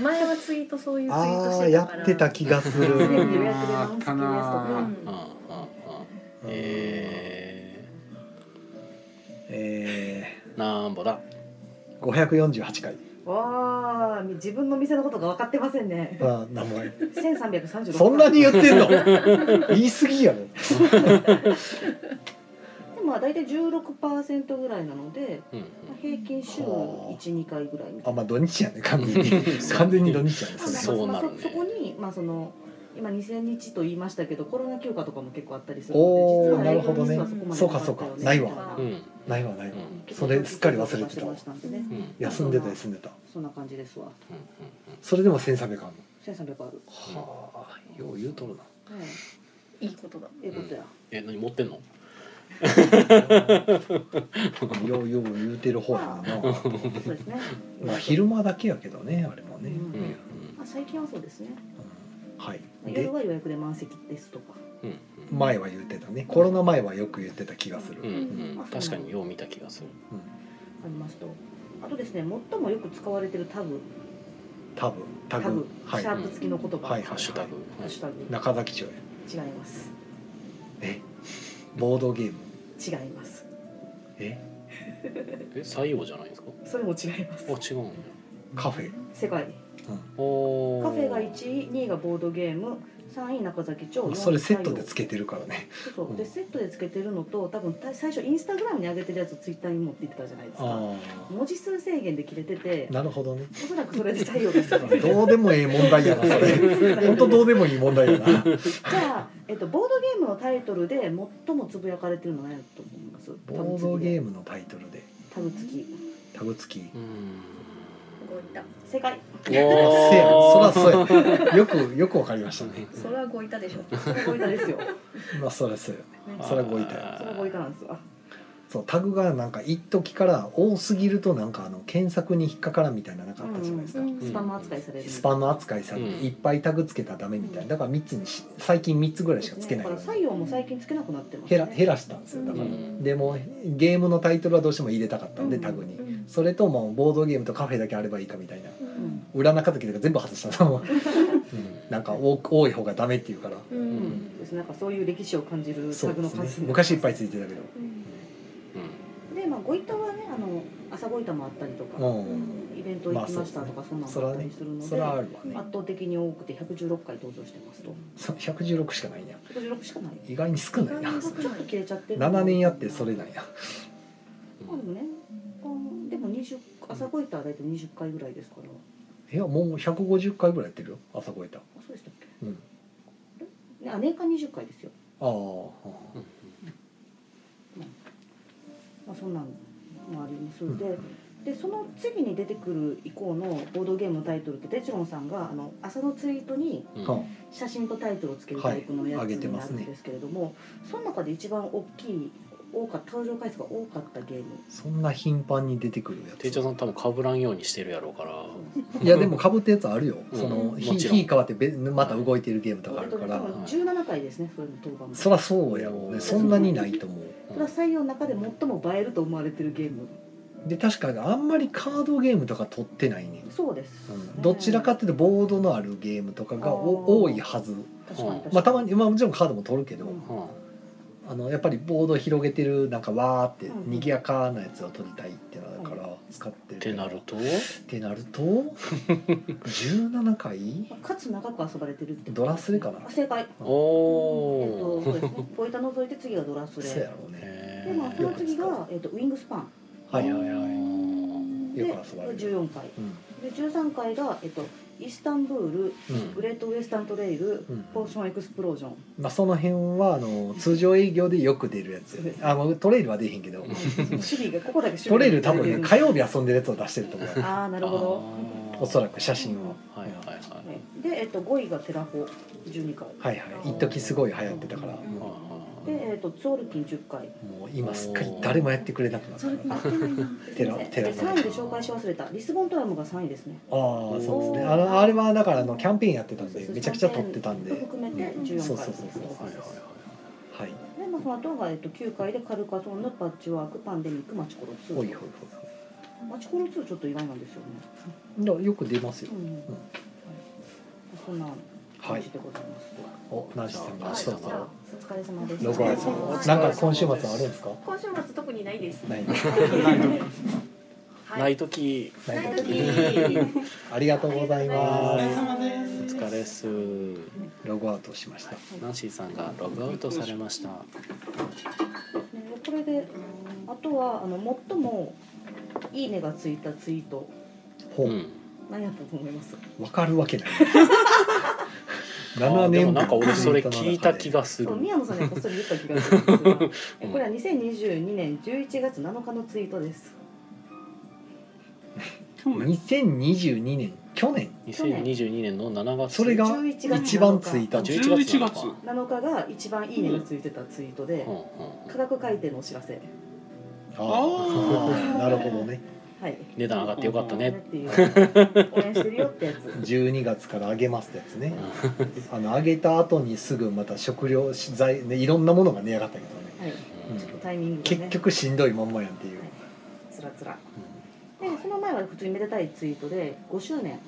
前はツイートそういうツイート
あー
してた
や
から
ってた気がする
すで に予約で満席ですと
う
か
ん
うんうんうんえ
え
ーなんぼだ。
ー、548回
わあ自分の店のことが分かってませんね
あ名前
1336
そんなに言ってんの言い過ぎやろ
でまあ大体16%ぐらいなので
うんうん
まあ平均週12回ぐらいみた
あ
いな
まあ土日やね完 全に完全に土日やね
まあ
それ
そうなる
まあ
ね
そそこにまあその今2000日と言いましたけどコロナ休暇とかも結構あったりする
おー
ので
なるほどね
実は営業日数はそこまで
そうかそうかないわ
うん
ないわないわ
うん
それすっかり忘れてたわ
うんうん
休んでた休んでた
そんな感じですわ
それでも1300あんの
1300ある
はあよう言うと るない
いことだ
ええことや、
え何持ってんの？
ようよう言うてる方やな
そうですね、
まあ昼間だけやけどねあれもね、
うん
うんうん
まあ、最近はそうですね
うんはいで
夜は予約で満席ですとか
うんうん
前は言ってたねコロナ前はよく言ってた気がする、
うんうん確かによう見た気がする。
ありますとあとですね最もよく使われてるタグ
タブタ
タ
グ
グ、
はい
シャープ付きの言葉、
はい
ハッシュタグ。
ハッシュタグ
中崎町や
違います
えボードゲーム
違います
え
え採用じゃないんですか？
それも違います
あ違うんだ。
カフェ、
世界
おー
カフェが1位2位がボードゲーム3位中崎町
う
4
ん、
位
それセットでつ
太
けてるからね
陽そうそう
う
で
ん
セットでつけてるのと多分た最初インスタグラムに上げてるやつツイッターに持っていってたじゃないですか
あ
文字数制限で切れてて
あなるほどね
おそらくそれで採用ですよね
どうでもええ問題やなそ れ本当どうでもいい問題やな
じゃあ、えっと、ボードゲームのタイトルで最もつぶやかれてるのは何やと思います
ボードゲ
ム
ームのタイトルで
タブ付き
タグ付き
うん
動いた
正解
お
あせやそらそうやよくよくわかりましたね
それは動いたでしょ
それごいたですよ、ね、
まあそらそうやね
そ
そらごいたよ
れごいたなんですわ
そうタグがなんか一時から多すぎるとなんかあの検索に引っかからんみたいななかったじゃないですか、
スパム扱いされる
スパム扱いされて
うん
いっぱいタグつけたらダメみたいなだから3つにし最近3つぐらいしかつけない
だ
よ
か
う
ら
に
採用も最近つけなくなってます
減ら減らしたんですよだから、
うん
でもゲームのタイトルはどうしても入れたかったんで、タグに
うん
それともうボードゲームとカフェだけあればいいかみたいな
う
うんん
裏中月とか全部外したのなんか多く多い方がダメっていうから
う
うんんですなんかそういう歴史を感じる
そ
タ
う
グ
で
の
すね
数
昔いっぱいついてたけど
でまあごいたはねあの朝ごいたもあったりとか、
うん
イベント行きましたとか、そんな
そ
の
ら
もあった
ね
りするので、
そらあるわね
圧倒的に多くて116回登場してますと
そ116しかないんや
116しかない
意外に少ないな
ちょっと消えちゃってる
7年やってそれなんや
まあでもねこうでも20朝ごいたは大体20回ぐらいですからあ
いやもう150回ぐらいやってるよ朝超えた
そうでしたっけ
うん
ねあ年間20回ですよ
ああ
まあ、そんなのもありますででその次に出てくる以降のボードゲームのタイトルってデチロンさんがあの朝のツイートに
は
写真とタイトルをつけるタイプのやつ
はい上げて
に
ま
な
す
る
ね
んですけれども、その中で一番大きい多かった登場回数が多かったゲーム
そんな頻繁に出てくる
定
や
長
つ
さん多分かぶらんようにしてるやろうから
いやでもかぶったやつあるよ、
うん
その
も
日
ちろん
日変わって別また動いてるゲームとかあるから、
えっと多分17回ですねそれの当番
そらそうやもんねそんなにないと思う
プラス採用の中で最も映えると思われてるゲーム
で確かにあんまりカードゲームとか取ってないね、
そうです、
うん、どちらかっていうとボードのあるゲームとかがお多いはず
確かに確かに、
まあたまに、まあ、もちろんカードも取るけど、
うん
あのやっぱりボードを広げてるなんかわーって
うん
賑やかなやつを取りたいってなるから使ってる
っ
け
て
ど
なると
ってなる と17回
まあかつ長く遊ばれてるって
ドラスレかな
あ正解
お
えっと
お
そうですねポイタ除いて次がドラス
そう
レ
やろうね
でまあその次が、えっとウィングスパン
はいはいはい
で
よく遊ばれる
14回
うん
で13回が、えっとイスタンブール
うん
グレートウエスタントレイル、
うん
ポーションエクスプロー ジョン
まあ、その辺はあの通常営業でよく出るやつよねあもうトレイルは出へんけど
守備がここだけ守
ト
備
レイル多分ね火
ね
曜日遊んでるやつを出してると思う
ああなるほ
おそらく写真を
はいはいはい
ど、ね、で、えっと5位がテラフォ12回
はいはい一時すごい流行ってたからも
で、えっとツオルキン10回
うもう今すっかり誰もやってくれなくなった
それやってないな
テラテラ
で3位で紹介し忘れたリスボントラムが3位ですね
ああそうですねあのあれはだからあのキャンペーンやってたんでめちゃくちゃ撮ってたんで
含めて14回
そうそうそうそう
はいはい
はい
で、まあ、その後が、えっと、9回でカルカソンヌパッチワークパンデミックマチコロ2
ほいほいほ
マチコロ2ちょっと意外なんですよね、
いだからよく出ますよ
うんうんそんな
は
感
い
じでございます、
おナンシーさんがそろそろ
お疲れ様です
六月なんか今週末あるんですか
今週末特にないです。
ない
ない時
ない
ない
と
時。
ありがとうございます
お疲れっす
ログアウトしました
ナンシーさんがログアウトされました
ねこれであとはあの最もいいねがついたツイート
ほう
何やったと思います
わかるわけない
あ
7
ーで
年
も
分
なんか俺それ聞いた気がする
そう
うん
宮野さんにこっそり言った気がするんですがこれは2022年11月7日のツイートです
2022年去年
2022年の7月
それが
11月7日
一番ついた
あ
の
11月なのか
11
7日が一番いいねがついてたツイートで
うんうんうん
価格改定のお知らせ
あー なるほどね
はい
値段上がってよかったね
っていう応援してるよってやつ
12月からあげますってやつね あのあげた後にすぐまた食料資材、ね、いろんなものが値上がったけどね、
はい、
うん
ちょっとタイミングがね
結局しんどいまんまやんっていう、
つらつらでその前は普通にめでたいツイートで5周年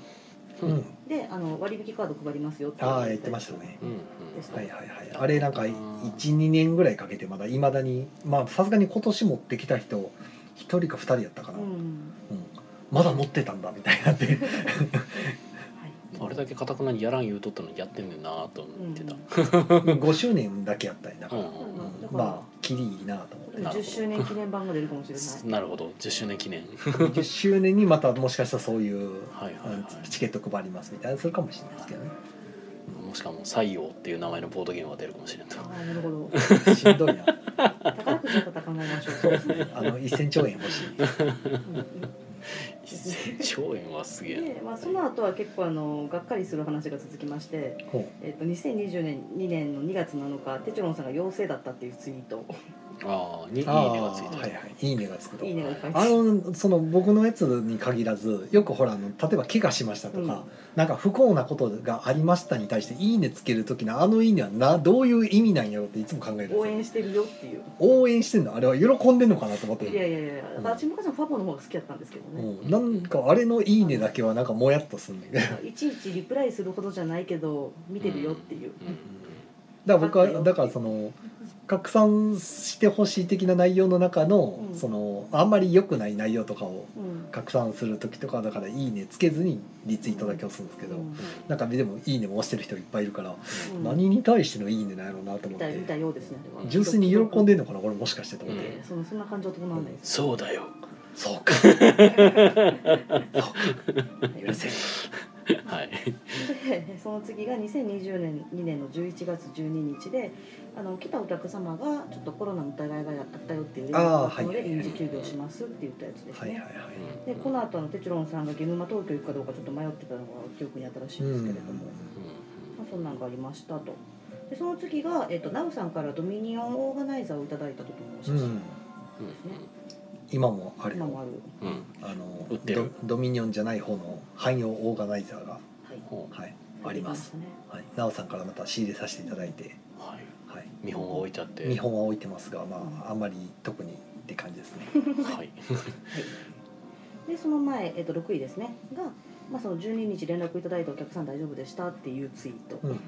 う
うんん
うん
であの割引カード配りますよって
ああやってましたね
うん
ですと
はいはいはいあれなんか12年ぐらいかけてまだいまだにまあさすがに今年持ってきた人1人か2人やったかな、
うん
うんまだ持ってたんだみたいになって
あれだけかたくなにやらん言うとったのにやってんねんなと
う
思
ん
ってた、
5周年だけやったんやだか
う
ら、
ん
だ
うん
から、
まあきりいいなと思って
なるほど
10周年記念版が出るかもし れない
なるほど10周年 記念
10周年にまたもしかしたらそういう
はいはいはい
チケット配りますみたいなのするかもしれないですけどね
もしかも「採用」っていう名前のボードゲームが出るかもしれんと
ああなるほど
しんどいな
宝くじのこと考えましょうそうで すね、
あの1000兆円欲しい
うん
1000兆円はすげえ
でまあ、その後は結構あのがっかりする話が続きまして、
ほ
えっと2020年2年の2月7日テチョロンさんが陽性だったっていうツイート
ああにいいうね
あ
がつい
ー
て
はい
る
はいいいねがつくと
いいねがいっぱいつ
あのその僕のやつに限らずよくほらあの例えば怪我しましたとか、
うん
なんか不幸なことがありましたに対して「いいね」つける時のあの「いいね」はなどういう意味なんやろうっていつも考えるんですよ
応援してるよっていう
応援してんのあれは喜んでんのかなと思って
いやいやいや
うん
私昔のファボの方が好きだったんですけどね、
うん、なんかあれの「いいね」だけはなんかもやっとすんねんけど
いちいちリプライするほどじゃないけど見てるよっていう、
だから僕は
わかったよ
だからその拡散してほしい的な内容の中の、
うん
そのあんまり良くない内容とかを
うん
拡散する時とかだから「いいね」つけずにリツイートだけ押すんですけど、
うん
なんかでも「いいね」も押してる人いっぱいいるから、
うん
何に対しての「いいね」なんやろうなと思
見
ったて
見たようですねあれは
純粋に喜んでんのかなこれもしかしてと思って、
うん
そのそんな感情伴わないです、
そうだよ
そうか許せん
はい
で その次が2020年2年の11月12日であの来たお客様がちょっとコロナの疑いがあったよっていう連絡があったの
あー
で
はい
臨時休業しますって言ったやつです
はいはい
ね
は
でこの後あのテチロンさんがゲムマ東京行くかどうかちょっと迷ってたのが記憶に新しい
い、
ん
う
です
ん
けれども、まあ、そんなんがありましたとでその次が、えっとナウさんからドミニオンオーガナイザーをいただいた時のお写
う
真、
ん、今もある
今もあ
よ
る、
うんうん
あの
売ってる
ドドミニオンじゃない方の汎用オーガナイザーが、
はい、
うん
はい、あります
あり
はい、なおさんからまた仕入れさせていただいて、
はい
はい、
見本が置いてあって
見本は置いてますが、まあ、あんまり特にって感じですね。
はい
でその前、えっと6位ですねが、まあ、その12日連絡いただいたお客さん大丈夫でしたっていうツイート、
うんうん、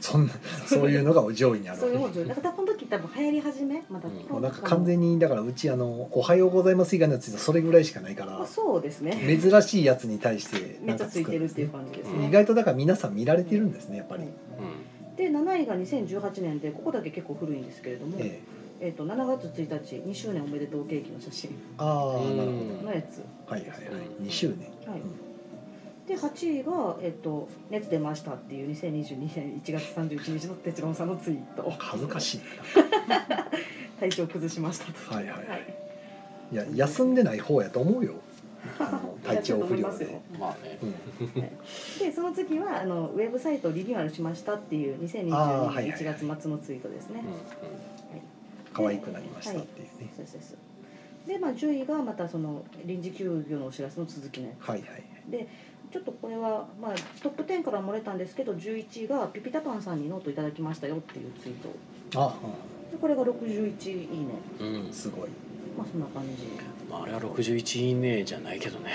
そんな、そういうのが上位にある
そ
わ
う
け
いう。もんだからこの時多分流行り始めまだ
うん
もうなんか完全にだからうちあの「おはようございます」以外のやついてそれぐらいしかないか
まあ
ら
そうですね
珍しいやつに対して
め
な
っ
ん
ちゃ
か
つい
作
て
るんで
るっ
す
てい
ね
う感じです
うん
ね
意外とだから皆さん見られてるんですねやっぱり、
うん
で7位が2018年でここだけ結構古いんですけれども、え
ええ、
っと7月1日2周年おめでとうケーキの写真
ああ
うん
なるほ
のやつ、
どはいはいはい2周年
はいで8位が、えっと「熱出ました」っていう2022年1月31日の哲郎さんのツイート
恥ずかしい
体調崩しましたと
はいはい
は
はいいいや休んでない方やと思う よあの体調不
いやちょっと思い
良
ますよ
で、
まあね
うん、
でその次はあのウェブサイトをリニューアルしましたっていう
あ
2022
ーはい
年
はい
1月末のツイートですね、
うんうん
可愛くなりましたっていうね
そうですそうですでまあ10位がまたその臨時休業のお知らせの続きのや
はいはい
つちょっとこれは、まあ、トップ10から漏れたんですけど11位がピピタパンさんにノートいただきましたよっていうツイート
あ
でこれが61いいね
うん
あすごい
まあそんな感じ、
まああれは61いいねじゃないけどね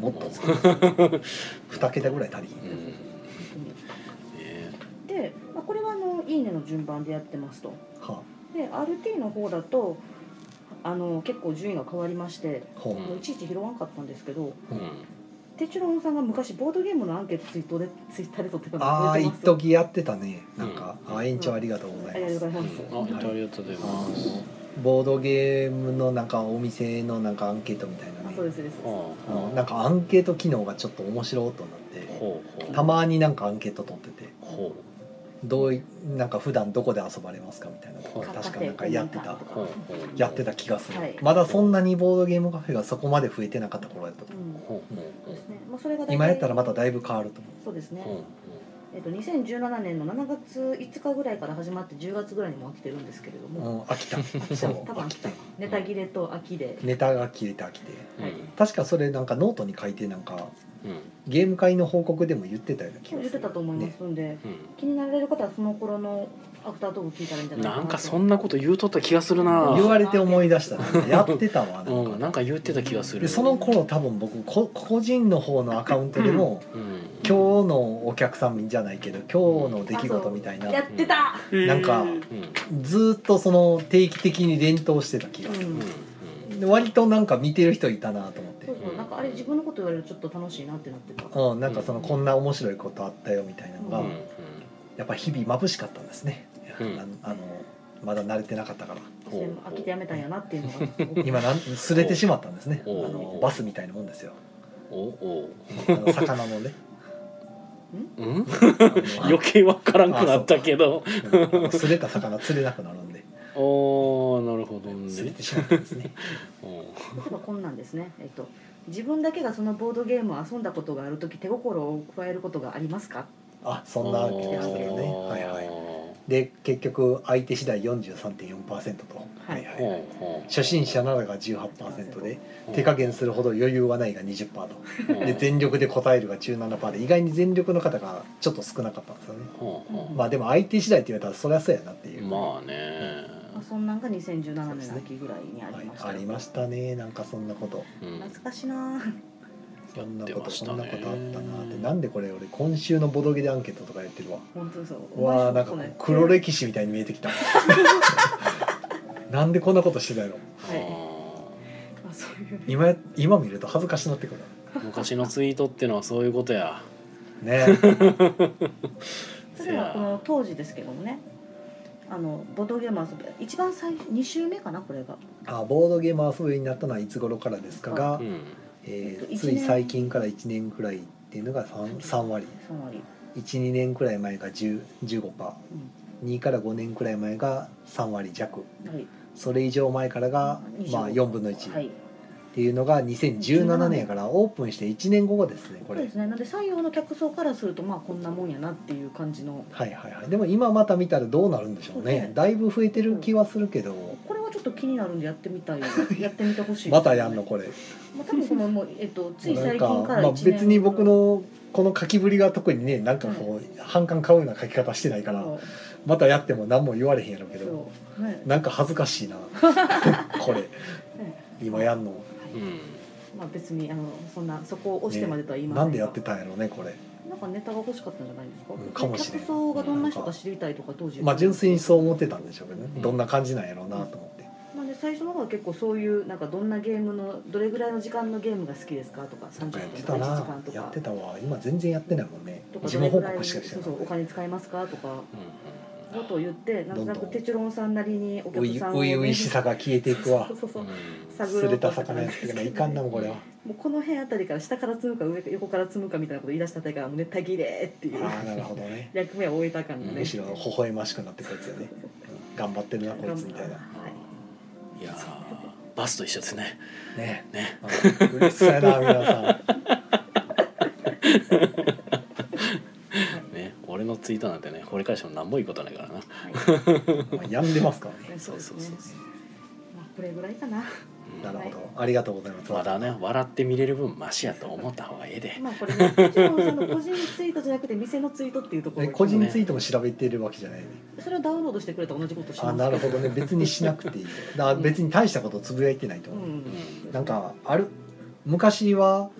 もっと2桁ぐらい足りひん
うんねえ
で、まあ、これはあの「いいね」の順番でやってますと
は
で RT の方だとあの結構順位が変わりまして
あほ
もういちいち拾わんかったんですけど
うん
テチロンさんが昔ボードゲームのアンケートツイートでツイッターで撮ってたの
ああ
覚え
一
てます
時やってたねなんか、
うん
あ延長ありがとうござ
あり
いま
がとう
す
ございます、
うんあ本当ありがとうござい
あ
ます
のボードゲームのなんかお店のなんかアンケートみたいな
あそうで
ね
すそうです
ああ
あのなんかアンケート機能がちょっと面白いとなって
ほうほう
たまになんかアンケート取ってて
ほ
どういなんか普段どこで遊ばれますかみたいなとこ
はい
確かなんかやってた
うほうほう
やってた気がする、
はい
まだそんなにボードゲームカフェがそこまで増えてなかった頃やったと
う
思
ん
ほうほう
そうですねまあ、それが大
う
体
今やったらまただいぶ変わると思
そうですね、
ほうほう
えっと2017年の7月5日ぐらいから始まって10月ぐらいにも飽きてるんですけれど
う、う
も、
ん、飽 きたそ
そうう多分
飽
飽
き
き
た
たネタ切れと飽きで、
ネタが切れて飽きて
う
はい
ん
確かそれなんかノートに書いてなんか
うん
ゲーム会の報告でも言ってたような気
今
がす
日言
る
ってたと思いますんで、
うん
気になられる方はその頃のアフタートーク聞いたらいいんじゃないか
な
なと
んかそんなこと言うとった気がするな。
言われて思い出したなやってたわなんか、
うん、なんか言ってた気がす
で
る。
その頃多分僕こ個人の方のアカウントでも、
うん、
今日のお客さんじゃないけど今日の出来事みたいな
やってた、
なんか
うん、
ずーっとその定期的に連投してた気
う
が
ん
で割となんか見てる人いたなと思って
そうそうなんかあれ自分のこと言われるとちょっと楽しいなってなってた、
うん、なんかそのこんな面白いことあったよみたいなのが、
う
うん
ん
やっぱ日々眩しかったんですね、
うん
あのあのまだ慣れてなかったから
それも飽きてやめたんやなっていうのがすごく
今なん擦れてしまったんですねあ
おう
のバスみたいなもんですよ
おお
あ の魚のね
おうん
あの
余計わからんくなったけど
うんあの擦れた魚釣れなくなるんで
おーなるほど
擦れ
ね
てしまったんですね
お
例えばこんなんですね、えっと、自分だけがそのボードゲームを遊んだことがある時手心を加えることがありますか
あそんな気がするねはいはいで結局相手次第43.4%と、
はい
はいはいはい、初心者ならが18%で手加
か
減するほど余裕はないが20%とで
で
全力で答えるが17%で意外に全力の方がちょっと少なかったんですよねまあでも相手次第って言われたらそりゃそうやなっていう、
まあね
まあそんなんが2017年の秋ぐらいにありました
はいありましたねなんかそんなこと
うん
懐かしいな
そんな
やって
こと
まし
そ
た
んな
ね
ことあったなってなんでこれ俺今週のボドゲでアンケートとかやってるわ
本当そう
わあなんか黒歴史みたいに見えてきたなんでこんなことしてたやろ
あそういう
今今見ると恥ずかしなってくる
あー昔のツイートってのはそういうことや
ね
それはこの当時ですけどもねあのボードゲーム遊び一番最2週目かなこれが
あボードゲーム遊びになったのはいつ頃からですかが、
うん
えー
えっと
つい最近から1年くらいっていうのが 3, 3割
3割
12年くらい前が10 15%2、2から5年くらい前が3割弱
はい
それ以上前からが、
25
まあ、4分の
は
1っ
い
ていうのが2017年やからオープンして1年後ですねこ
そう
れ
ですねなので採用の客層からするとまあこんなもんやなっていう感じの
はいはいはいでも今また見たらどうなるんでしょう
そう
ね
ね
だいぶ増えてる気はするけど
これはちょっと気になるんでやってみ たいやってみてほしい
またやんのこれ
まあ、多分このもう、えっと、つい
なん
最
か、
近から
まあ、
一年
別に僕のこの書きぶりが特にねなんかこう反感買うような書き方してないから
そう
またやっても何も言われへんやろうけど
そうね
なんか恥ずかしい なこれ今やんの
は
う
い
ん
まあ別にあのそんなそこを押してまでとは言いませ
なんん
が
でやってたんやろうねこれ
なんかネタが欲しかったんじゃないですか、
うんかもしれん
客層がどんな人か知りたいとか当時
まあ純粋にそう思ってたんでしょうけどね
うん
どんな感じなんやろうなと思って
なんで最初の方は結構そういうなんかどんなゲームのどれぐらいの時間のゲームが好きですかとか
なんかやっ
30
て
分
た
とか1時
な
間とか
やってたわ今全然やってないもんね
とか
事
どれ
務報
ぐらい
告
の
し
そ
かして
う
な
そ
かっ
うお
た
金使いますかとか
う
ことを言ってなんとな
どんど
く
ん
テチロンさんなりにお
う
客
い
さん
ういういしさが消えていくわ
そうそうそ
ん
う
う
探
す
ろ
れ
うと
た
した
魚やってるからいかんなもんこれは
もうこの辺あたりから下から積むか上横から積むかみたいなこと言い出したあたりからもうネタ切れっていう
ああなるほどね
役目を終えた感じ
うん
ね
むしろ微笑ましくなってくるやつ よねうん頑張ってるなこいつみたいな
はい
んいやーバスと一緒ですね
ね
ね
うるさいな皆さ
ね俺のツイートなんてねこれ返しても何もいいことないからな
んまあやんでますからね
はい
そうそうそうそう
まあこれぐらいかな
うん
なるほどありがとうございます
まだね笑って見れる分マシやと思った方がええで
まあこれねテチロンさんの個人ツイートじゃなくて店のツイートっていうとこ
え
ろ
個人ツイートも調べてるわけじゃないね
それをダウンロードしてくれたら同じことします
あなるほどね別にしなくていいだから別に大したことつぶやいてないと
う
思う、
うん
ん
なんかある昔は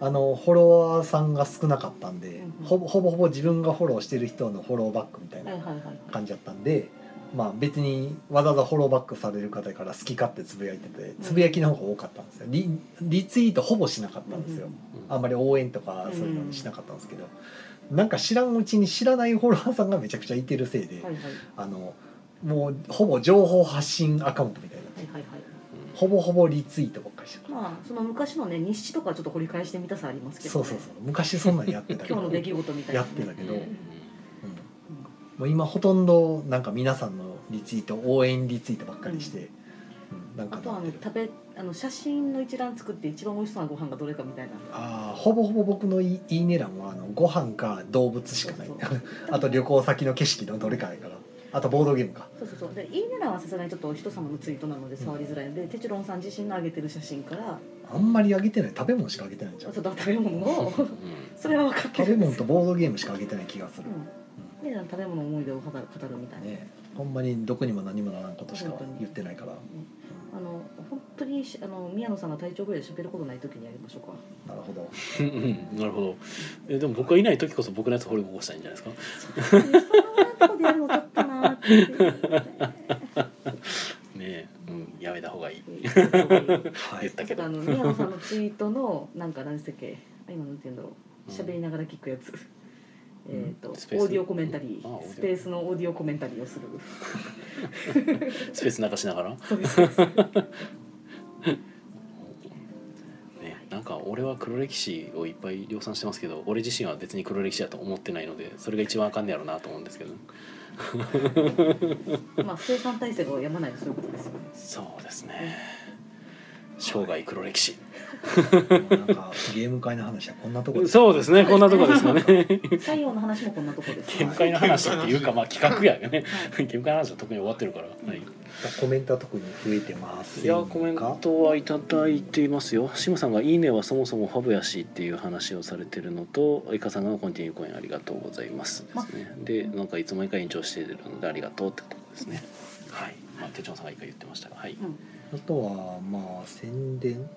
あのフォロワーさんが少なかったんで、
うんうん
ほぼほぼほぼ自分がフォローしてる人のフォローバックみたい
はい
な
はいはいはい
感じだったんで、まあ、別にわざわざフォローバックされる方から好き勝手つぶやいててつぶやきの方が多かったんですよリリツイートほぼしなかったんですよ、あんまり応援とかそういうのしなかったんですけど、なんか知らんうちに知らないフォロワーさんがめちゃくちゃいてるせいで、
はいはいはい
あのもうほぼ情報発信アカウントみたいな
はいはい
ほぼほぼリツイートばっかりしてる
まあその昔のね日誌とかちょっと掘り返してみたさありますけど
そ
ね
うそうそう昔そんなんやってたけ
今日
ど
の出来事みたいな
や
ね
ってたけど、
う
うんん
うん
もう今ほとんどなんか皆さんのリツイート応援リツイートばっかりして、うんなん
あ
か
とは
な
あ
っ
の
てる
食べあの写真の一覧作って一番美味しそうなご飯がどれかみたいな
ああほぼほぼ僕のいいいね欄はあのご飯か動物しかない
そう
あと旅行先の景色のどれかやからあとボードゲームか
そうそうそうでいいねらはさすがにちょっと人様のツイートなので触りづらいので、テチロンさん自身の上げてる写真から
あんまりあげてない食べ物しかあげてないんち
ち
ゃ
ょっ
う
と食べ物を
うん
それは分かって
食べ
るんで
物
す
とボードゲームしかあげてない気がする、
うん、で食べ物の思い出を語る語るみたいな、
ねほんまにどこにも何もならんことしか言ってないから
あの本当にしあの宮野さんが体調不良で喋ることない時にやりましょうか
なるほど
うんうんなるほどえでも僕がいない時こそ僕のやつ掘り起こしたいんじゃないですか
そんな とこでやるのちょっとなーっていう
ねえ、うん、いやめた方がいい
は
言っ
い、
た
ちょ
け
っと
ど
あの宮野さんのツイートのなんか何でしたっけあ今なんて言うんだろう喋りながら聞くやつ、えっ、とオ
スペース
ーディオコメンタリ
あオーディ
ー
オ
スペースのオーディオコメンタリー をする
スペース流しながら
そうですそうです
ね、なんか俺は黒歴史をいっぱい量産してますけど俺自身は別に黒歴史だと思ってないのでそれが一番あかんねやろうなと思うんですけど
まあ生産体制がやまないとそういうことですよね
そうですね生涯黒歴史
なんかゲーム会の話はこんなところです
そうですねこんなとこです よね
採用の話もこんなところです
見解の話っていうかまあ企画やね見解の話は特に終わってるから、はい、
コメントは特に増えてます
いやコメントはいただいていますよシムさんが「いいね」はそもそもファブやしっていう話をされてるのとイカさんが「コンティニューコインありがとうございます」ですねでなんかいつも一回延長してるのでありがとうってとこですねはい、まあ、手帳さんが一回言ってましたがはい
あとはまあ宣伝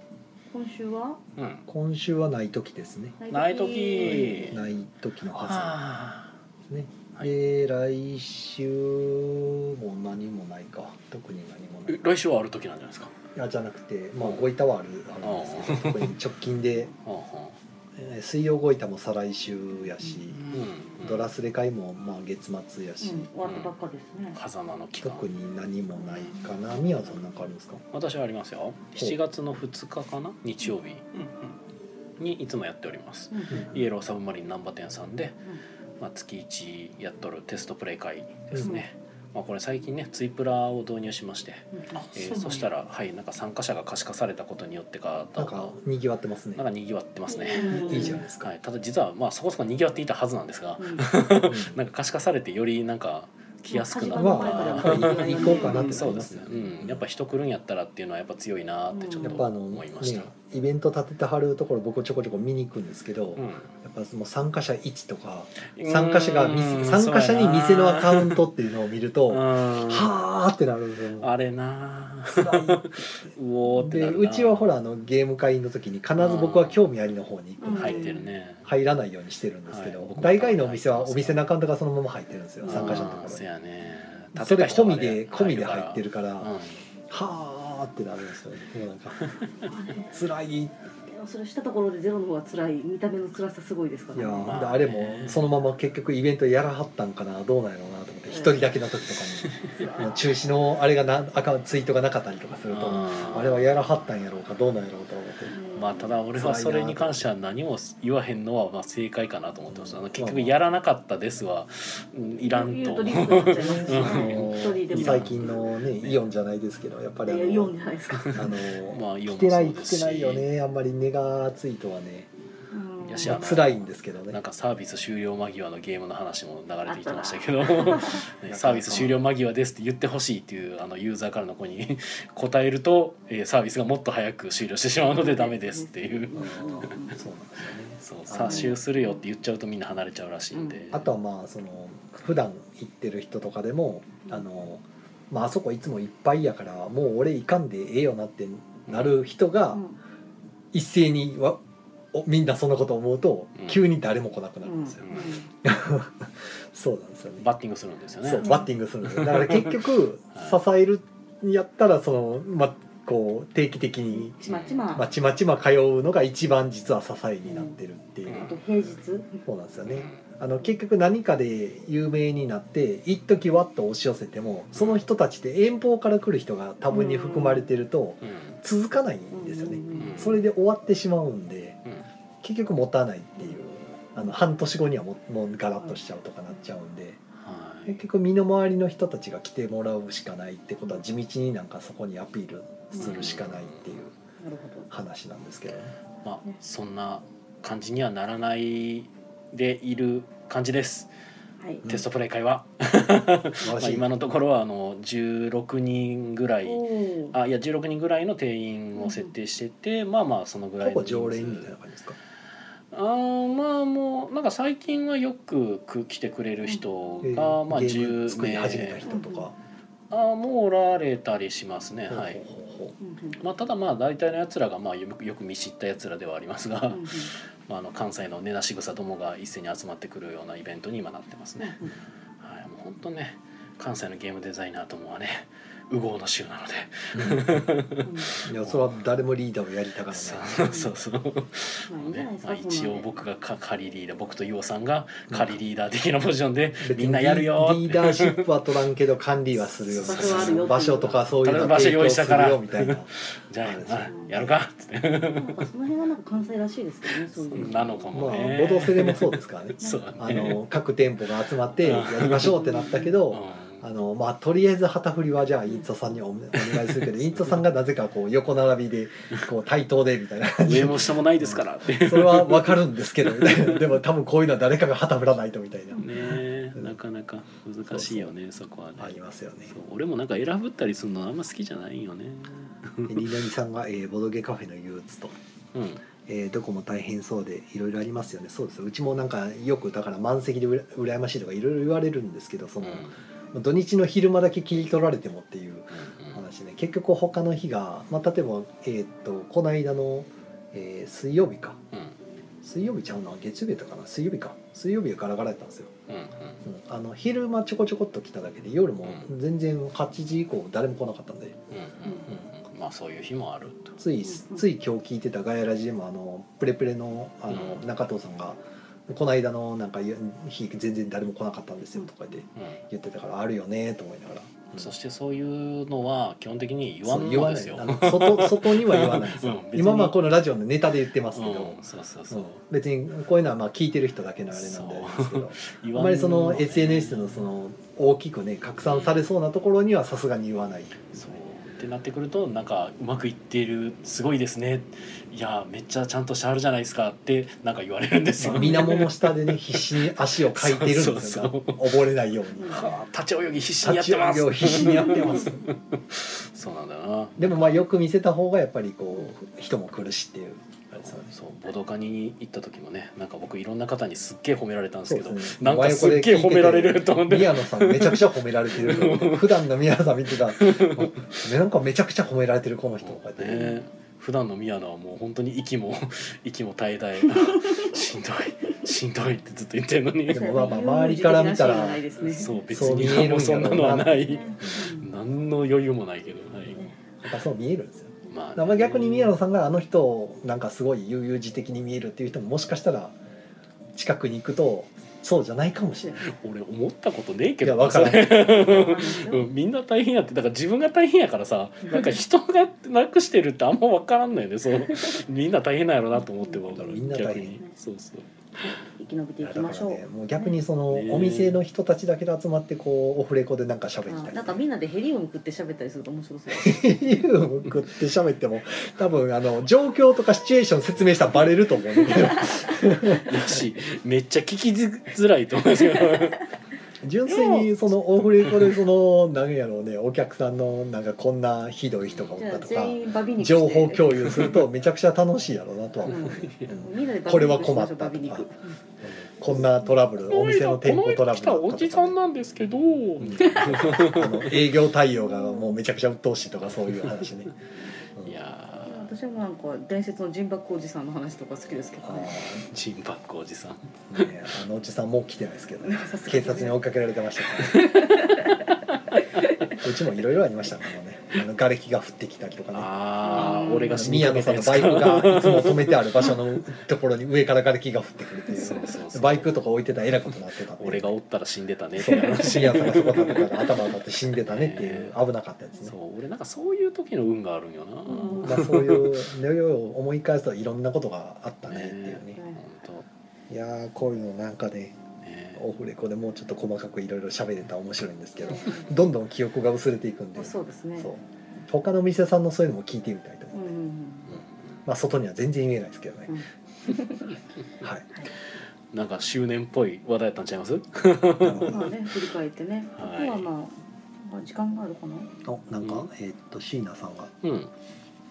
今週は
うん
今週はない時ですね
ナイトキー
ない時のは
あ
ずですね
あー
で来週も何もないか特に何も
ー
ない
え来週はある時なんじゃないですか
いやじゃなくてまあごいたはあるあるんですけど特に直近で
はあは
えー水曜ごいたも再来週やし
あうん
ドラスレ会もまあ月末や
うん
し、
終わったばっかですね、
風間の期間
特に何もないかなみやさんなんかあるんですか
私はありますよ7月の2日かな日曜日にいつもやっております
うん
イエローサブマリン難波店さんで、まあ、月1やっとるテストプレイ会ですね、まあ、これ最近ねツイプラを導入しまして、
うんうん
えーそしたらはいなんか参加者が可視化されたことによってかな
な
んん
か
か
にぎわってますね
なんかにぎわってますね、
うん
いいじゃないですか、
はい、ただ実はまあそこそこにぎわっていたはずなんですが、
うん
なんか可視化されてよりなんか来やすくな
う
っ
ん
ま
始ま
た
る前か
あ行こうかなってなります
そうですね、うん、やっぱ人来るんやったらっていうのはやっぱ強いなってちょっ
やっ
と
ぱあの、
思
ね
いました、、
イベント立ててはるところ僕ちょこちょこ見に行くんですけど、
う
や
ん
っぱもう参加者1とか
うん
参加者が見
うん
せ参加者に店のアカウントっていうのを見ると、
そうや
は
な
あってなるんです
うん
よ
あれな
辛い
うおーってな
で
るな
うちはほらあのゲーム会の時に必ず僕は興味ありの方に行くんで、
入ってるね
入らないようにしてるんですけど、
はい
大概のお店はお店のアカウントがそのまま入ってるんですよ
うん
参加者のとこ
あー
ろ
そ
に
やね
そ
立
れ込みで
てた人
込
がね
みで入ってるから、
入るから
はあってなるんですよねもうな んか辛いい
でもそれしたところでゼロの方が辛い見た目の辛さすごいですから、
やー、
まあね
であ、れもそのまま結局イベントやらはったんかなどうなんやろうなと思って一人だけの時とかにもう中止のあれがなアカウントツイートがなかったりとかす
う
る
ん
と
うん
あれはやらはったんやろうかどうなんやろうと思って
うん
まあただ俺はそれに関しては何も言わへんのはまあ正解かなと思ってましたあの結局やらなかったですはうんいらん
言
と
うとリ
思
ス
う
クになっちゃいます
あ
し ね
の
一人でも
最近のねイオンじゃないですけどやっぱ
い
りあ
や
の
読んじゃないですか、
あの
まあイオンも
来てない
そうです
来
して
ないよねあんまり根がついとはね、
うん
いやし
まあ、
あの
辛いんですけど
な
ね
んかサービス終了間際のゲームの話も流れてきてましたけどねサービス終了間際ですって言ってほしいっていうあのユーザーからの声に 答えると、えーサービスがもっと早く終了してしまうのでダメですっていう
うんそうなんですよね
そう差しするよって言っちゃうとみんな離れちゃうらしいんで、
あとはまあその普段行ってる人とかでも
うん
あの、まああそこいつもいっぱいやからもう俺行かんでええよなってなる人が
うん
一斉にわおみんなそんなこと思うと
うん
急に誰も来なくなるんですよ、
うん
そうなんですよね
バッティングするんですよね
そうバッティングする んですよだから結局
はい
支えるんやったらそのまこう定期的に
ちまちま、
まちまちま通うのが一番実は支えになってるっていう、
うん
あと平日
そうなんですよ
うん
ね、あの結局何かで有名になって一時わっと押し寄せてもその人たちって遠方から来る人が多分に含まれてると
うん
続かないんですよね、
うん
それで終わってしまうんで
うん
結局持たないっていうあの半年後にはもうもうガラッとしちゃうとかなっちゃうんで
はい
結局身の回りの人たちが来てもらうしかないってことは地道になんかそこにアピールするしかないっていう
なるほど
話なんですけどね。
まあそんな感じにはならないでいる感じです、
はい
うん
テストプレイ会は、
素晴
ま
ら
あ、
しい
今のところはあの16人ぐらい
おー
あいや16人ぐらいの定員を設定してて、まあまあそのぐら
ほ
いの
ぼ
人数
常連みたいな感じですか。
あーまあもうなんか最近はよくく来てくれる人
え
が、まあ
ゲーム
10
作り始めた
名
人とか。
あーもうおられたりしますねはい。
ほうほうほう
うんうん
まあ、ただまあ大体のやつらがまあよくよく見知ったやつらではありますが、
うんうん
まあ、あの関西の根なし草どもが一斉に集まってくるようなイベントに今なってますね。はい、もう本当ね関西のゲームデザイナーともはねうごうな週なので
いやそれは誰もリーダーをやりたがら
そ
な
う そうそう
まあいいんじゃない
ね
です
まあ、
か。そ
一応
んなんで
僕がか仮リーダー僕と岩さんが仮リーダー的なポジションで
い。
みんなやるよ
リーダーシップは取らんけど管理はするよみたいな
場所はある
よ
場所とかそういうの
場所用意したから
提供 するよみたいな
じゃあなやるかっつって
なんかその辺はなんか関西らしいですけどね。そうい う。
なのか
ま
も
あ
ね、
ボドセでもそうですからね
そう
あ
ね
の各店舗が集まってやりましょうってなったけど
う
あのまあとりあえず旗振りはじゃあインツァさんにおお願いする けどインツァさんがなぜかこう横並びでこう対等でみたいな感
ん
じ
上
で
も下もないですからって
それはわかるんですけどみたいなでも多分こういうのは誰かが旗振らないとみたいな
ねなかなか難しいよねそこはね
ありますよね
そう俺もなんか選ぶったりするのあんま好きじゃないよね
でニナミさんが、えーボドゲカフェの憂鬱と、
うん
えーどこも大変そうでいろいろありますよねそうですうちもなんかよくだから満席でうら羨ましいとかいろいろ言われるんですけどその、土日の昼間だけ切り取られてもっていう話ね結局他の日が、まあ、例えば、えーっとこの間の、えー水曜日か水曜日ちゃうな月曜日だったかな水曜日か水曜日がガラガラやったんですよ、うん、あの昼間ちょこちょこっと来ただけで夜も全然8時以降誰も来なかったんで
まあそういう日もあると
つい
うん
つい今日聞いてたガヤラジでもあのプレプレのあの
う
中藤さんが「この間のなんか日全然誰も来なかったんですよ」とか言って言ってたからあるよねと思いながら、うん
そしてそういうのは基本的に言わ
そ
ん
う
の
言わ
で
ない
すよ
あの外外には言わな いです
うん別に
今まあこのラジオのネタで言ってますけど、
うんそうそう
う
そ
ん
う
別にこういうのはまあ聞いてる人だけのあれなんであれですけど
言
あ
わ
ん
ん
まりその SNS のその大きくね拡散されそうなところにはさすがに言わない
そうってなってくるとなんかうまくいっているすごいですねいやめっちゃちゃんとしてはるじゃないですかってなんか言われるんですよ、ね、
水面の下でね必死に足をかいてるんです よ
そうそう
溺れないように
はあ立ち泳ぎ必死にや
立
って
ち上
ま
げを
す
必死にやってます
そうなんだよな
でもまあよく見せた方がやっぱりこう人も来るしっていうあれですよね
そうボドカに行った時もねなんか僕いろんな方にすっげえ褒められたんですけど
そうですね
なんかすっげえ褒められると思って
宮野さんめちゃくちゃ褒めら れてる普段の宮野さん見てたらなんかめちゃくちゃ褒められてるこの人とかって、
ね普段の宮野はもう本当に息も 息も絶え絶え しんどいしんどいってずっと言ってるのに
でもまあまあ周りから見たら
ないですね。
そう別
そう見
に
え
も
るんやろうな
うそんなのはない
ね
何の余裕もないけどはい
やっぱそう見えるんですよ
ま
だからまあ逆に宮
野
野さんがあの人をなんかすごい悠々自適に見えるっていう人ももしかしたら近くに行くとそうじゃないかもしれない
俺思ったことねえけ
いや
ど
分からない
うん、みんな大変やってだから自分が大変やからさなんか人がなくしてるってあんま分からんのよねそう みんな大変なんやろなと思っても分かる
みんな大変
逆にそうそう
生き延びてい
だ
き
か
ま
ら
しょう。
ねもう逆にその
ね
お店の人たちだけで集まってこうオフレコでなんか喋りた
あ
い
なんかみんなでヘリウム食って喋ったりすると面白そう。
理由を食って喋っても多分あの状況とかシチュエーション説明したらバレると思うんだけど
だしめっちゃ聞きづらいと思うんですけど
純粋にそのオフレコでその何やろうねお客さんのなんかこんなひどい人がおっ
じゃ
た
あ
とか
全員バビ肉して。
情報共有するとめちゃくちゃ楽しいやろうなとは
う
思う、
ん
うん
みんなでバビ肉
これは困
しましょ
っ
う
た
バ
と
ビ
か
肉。
こんなトラブルお店の店舗ト
この
ラブル
間来た
だ
お
った
じ
と
さ
か
ん
ね
なんですけど、
うんあの営業対応がもうめちゃくちゃ鬱陶しいとかそういう話ね、うん
いやー
私もなんか伝説の人爆おじさんの話とか好きですけど
あ
ね。
ジンバックおじさん
ーねあのおじさんもう来てないですけ どね
さすが
警
ね
察に追っかけられてましたから、ね、うちもいろいろありましたからねあの瓦礫が降ってきたりとかね
あー
うん
俺が死に
宮
か
野
け
さ
た
んの
やつか
バイクがいつも止めてある場所のところに上から瓦礫が降ってくるってい
そううそうそう
バイクとか置いてたらえらいことになってたんで
俺がおったら死んでたねって
そう
話
深夜からそこ立ってたら頭当たって死んでたねっ ていう危なかったやつね
そう俺なんかそういう時の運があるんよな、
うん
まあ、そういうのを思い返すといろんなことがあったねっていうね
ほんと
いやーこういうのなんかね
ね
オフレコでもうちょっと細かくいろいろ喋れたら面白いんですけどどんどん記憶が薄れていくんで
あそうですね。
そう他のお店さんのそういうのも聞いてみたいと
う
思
ん
う、
うん
まあ外には全然言えないですけどね
う、ん。
はい
なんか周年っぽい話題やったんちゃいます
なるほ
まあね振り返ってね。あ
はい
とはまあ時間があるかな。
どおなんか、
うん
えーっと椎名さんが
うん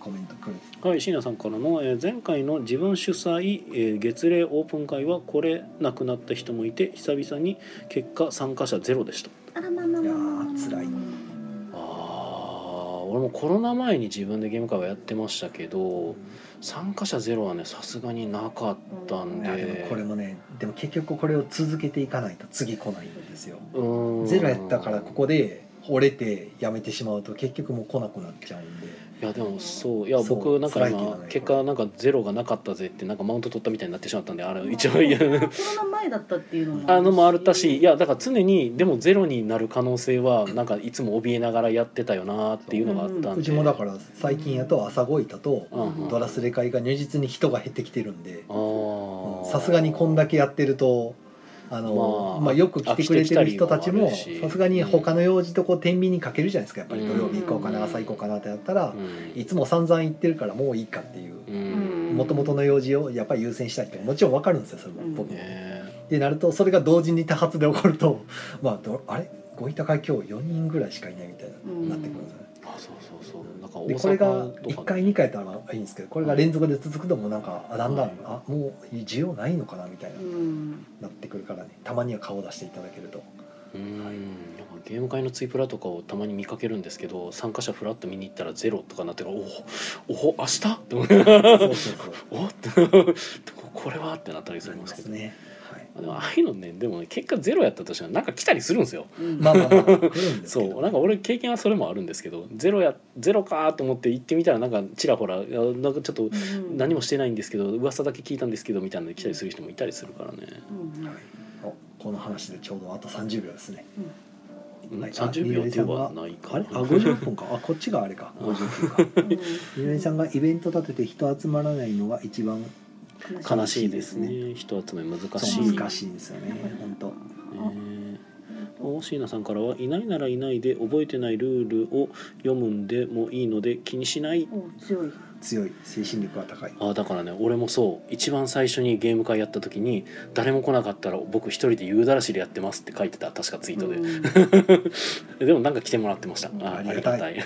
コメントくれて
はい、椎名さんからの、えー前回の自分主催、えー月例オープン会はこれなくなった人もいて久々に結果参加者ゼロでした
あらまあまあまあまあまあ。
いやー辛い
あー俺もコロナ前に自分でゲーム会はやってましたけど参加者ゼロはねさすがになかったん
いやで
で
もこれもねでも結局これを続けていかないと次来ないんですよ
うーん
ゼロやったからここで折れてやめてしまうと結局もう来なくなっちゃうんで
いやでもそういや
そう
僕なんか
辛いけど
今
ね
結果なんかゼロがなかったぜってなんかマウント取ったみたいになってしまったんであれ一応
まあ
いや
コロナ前だったっていうのも
あのもあるたしいやだから常にでもゼロになる可能性はなんかいつも怯えながらやってたよなっていうのがあったんで、
うちもだから最近やと朝ごいたと
うんうん
ドラスレ会が如実に人が減ってきてるんで
あー
さすがにこんだけやってるとあ
ま
の、
あ
まあよく来てくれてる人たちも
飽きてきたりもあるし
さすがに他の用事とこう天秤にかけるじゃないですかやっぱり
うん
土曜日行こうかな朝行こうかなってなった
う
ら
ん
いつも散々行ってるからもういいかっていう
うん
もともとの用事をやっぱり優先したいってもちろん分かるんですよそれも
うん
僕も。
ね
でなるとそれが同時に多発で起こると まあどあれご委託会今日4人ぐらいしかいないみたいになってくるんですよね。
あそうそうそうなんか大
でこれが
阪と
1
か
回2回やったらいいんですけどこれが連続で続くともうなんかあだんだんあもう需要ないのかなみたいな
うん
なってくるからねたまには顔を出していただけ ると
うんなんかゲーム会のツイプラとかをたまに見かけるんですけど参加者フラッと見に行ったらゼロとかなってからおおお明日って思って
そうそうそう
おって これはってなったりす
な
る
り
んで
ま
け
すす
ど、
ね、はい、
でもああいうのねでもね結果ゼロやったとしてもなんか来たりするんですよ
うん
まあまあまあ来るんです
そ
け
う
ど
なんか俺経験はそれもあるんですけどゼロやゼロかと思って行ってみたらなんかちらほらいやなんかちょっと
うん
何もしてないんですけど噂だけ聞いたんですけどみたいなので来たりする人もいたりするからね、
うんうん
おこの話でちょうどあと30秒ですね
うん
はい
30秒ではないか
あれあ50分かあこっちがあれか50分かみのりさんがイベント立てて人集まらないのが一番
悲しいですね人集め難しい
そう難しいんですよね本当
ね大椎名さんからは「いないならいないで覚えてないルールを読むんでもいいので気にしない
お強い。
強い精神力が高い」
あだからね俺もそう一番最初にゲーム会やった時に「誰も来なかったら僕一人で夕だらしでやってます」って書いてた確かツイートで、
うん
でもなんか来てもらってました
うん
ああ
あ
り
り
がた
がた
い
い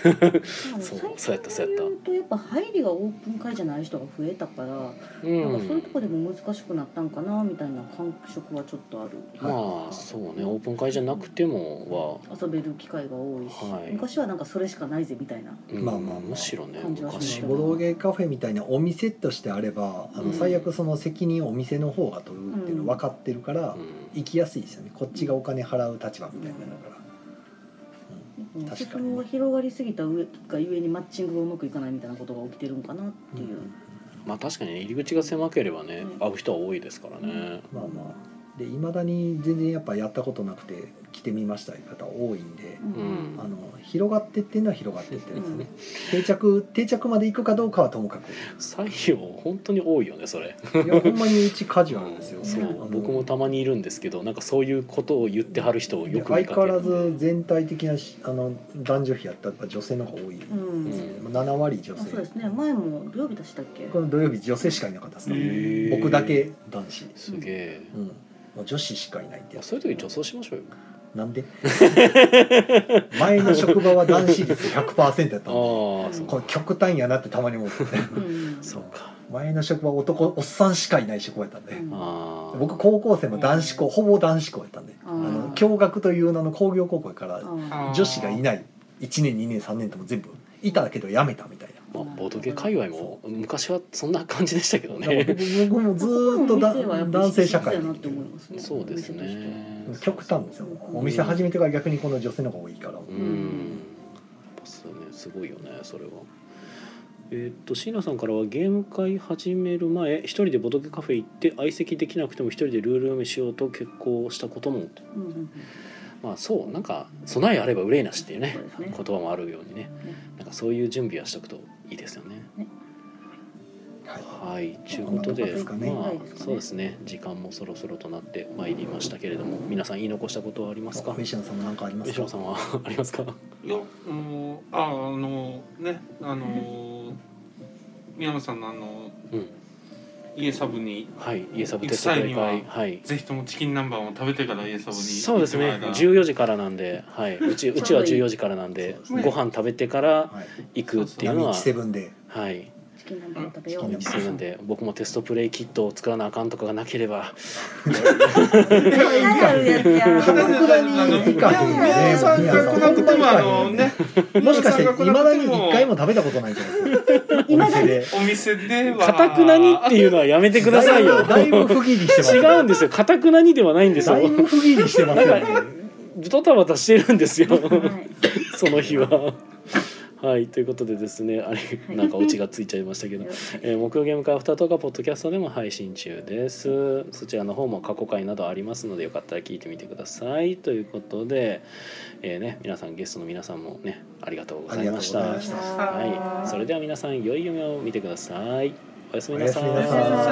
そ
そうう
そうやったそうやった
言うとやっぱ入りがオープン会じゃない人が増えたから、
う
なんかそういうんとこでも難しくなったんかなみたいな感触はちょっとある、
まあそうねオープン会じゃなくてもは、
遊べる機会が多いし、
はい
昔はなんかそれしかないぜみたいな
うん
まあまあまあ
むしろね
感じはします
昔
よ
ボドゲカフェみたいなお店としてあればあ
うん
の最悪その責任をお店の方が取るっていうの分かってるから
うん
行きやすいですよねこっちがお金払う立場みたいになるから、
うん
確かに
説明が広がりすぎた上がゆえにマッチングがうまくいかないみたいなことが起きてるんかなっていう、
まあ確かにね入り口が狭ければね
うん
会う人は多いですからね
まあまあでいまだに全然やっぱやったことなくて来てみましたいう方多いんで
う。ん
うん
あの広がってっていうのは広がってってるんですね、定着定着まで行くかどうかはともかく
採用本当に多いよねそれ
いやほんまにうちカジュアルですよ
そ
あ
う
の
僕もたまにいるんですけどなんかそういうことを言ってはる人をよく見かけ
相変わ
る
らず全体的なしあの男女比やったらやっぱ女性の方が多い、
うん
うん
7割女
あそうで
性
すね前も土曜日出したっけ
この土曜日女性しかいなかったです
へ
ね
ー
僕だけ男子、
すげえ、
うん、もう女子しかいないってやつ
そういう時女装しましょうよ
なんで前の職場は男子率100%やったんで
ああ
うん
そう
これ極端やなってたまに思う
うん
そうか
前の職場男おっさんしかいない職場やったんで、
うん
ああ
僕高校生も男子校ほぼ男子校やったんで
あ
あの
ー
共学という名の工業高校やから
あ
女子がいない1年2年3年とも全部いたけどやめたみたいな。
まあ、ボードゲ界隈も昔はそんな感じでしたけど
だか
ね
ら僕僕もずーっとだ
ここの店はやっぱ
男性社会
必須やなって思いますね
そうです
お店として
ね
極端ですよお店始めてから逆にこの女性の方が多いから、
うんうんやっぱそうねすごいよねそれはえーっと椎名さんからはゲーム会始める前一人でボドゲカフェ行って相席できなくても一人でルール読みしようと結婚したこともと
うんうんうん
まあそうなんか備えあれば憂いなしっていうね
そうですね
言葉もあるようにねなんかそういう準備はしとくといいですよね
ね。
は
はい、ということで、
こんなとこですかね
ま
はい
あ、そうですね、時間もそろそろとなってまいりましたけれども、皆さん言い残したことはありますか。
西野さんも何かあります
吉野
か
さんは ありますか。
いやもうああのねあの宮本さんのあの
うん、
家サブに
はい、イエサブテスト大会、
行く際に
はい。
ぜひともチキン南蛮を食べてから家サブに
そうですね
行、ってもらえたら
14時からなんで、はい、うち、うちは
ち
14
ょうどいい
時からなんで
そうで、す
ね
ご飯食べてから
はい
行くっていうの
波
は
一。セブンで
はい、
チキン南蛮を食べよ
う
うん
一緒なんで、僕もテストプレイキットを作らなあかんとかがなければ。
絶対あるやつや
片手で
あの
いいか
宮本さんが来なくてもあのね
もしかしてい
宮本さん
ま
が来な
だ
く
に
ても
一回も食べたことないじゃないですかお店で
お店では
かたくなにっていうのはやめてくださ いよ。
だいぶ不義理してます
違うんですよ。かたくなにではないんです
だい
よ。
ぶ不義理してますよね
ドタバタしてるん ですよ
はい
その日は。はいということでですねあれなんかオチがついちゃいましたけど、えー、木曜ゲーム会アフタートークはポッドキャストでも配信中ですそちらの方も過去回などありますのでよかったら聞いてみてくださいということで、えーね、皆さんゲストの皆さんもねありがとうございました
ありがとうございました
はい、それでは皆さん良い夢を見てくださいおやすみなさい
おやすみな
おやすみな
さ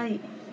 さい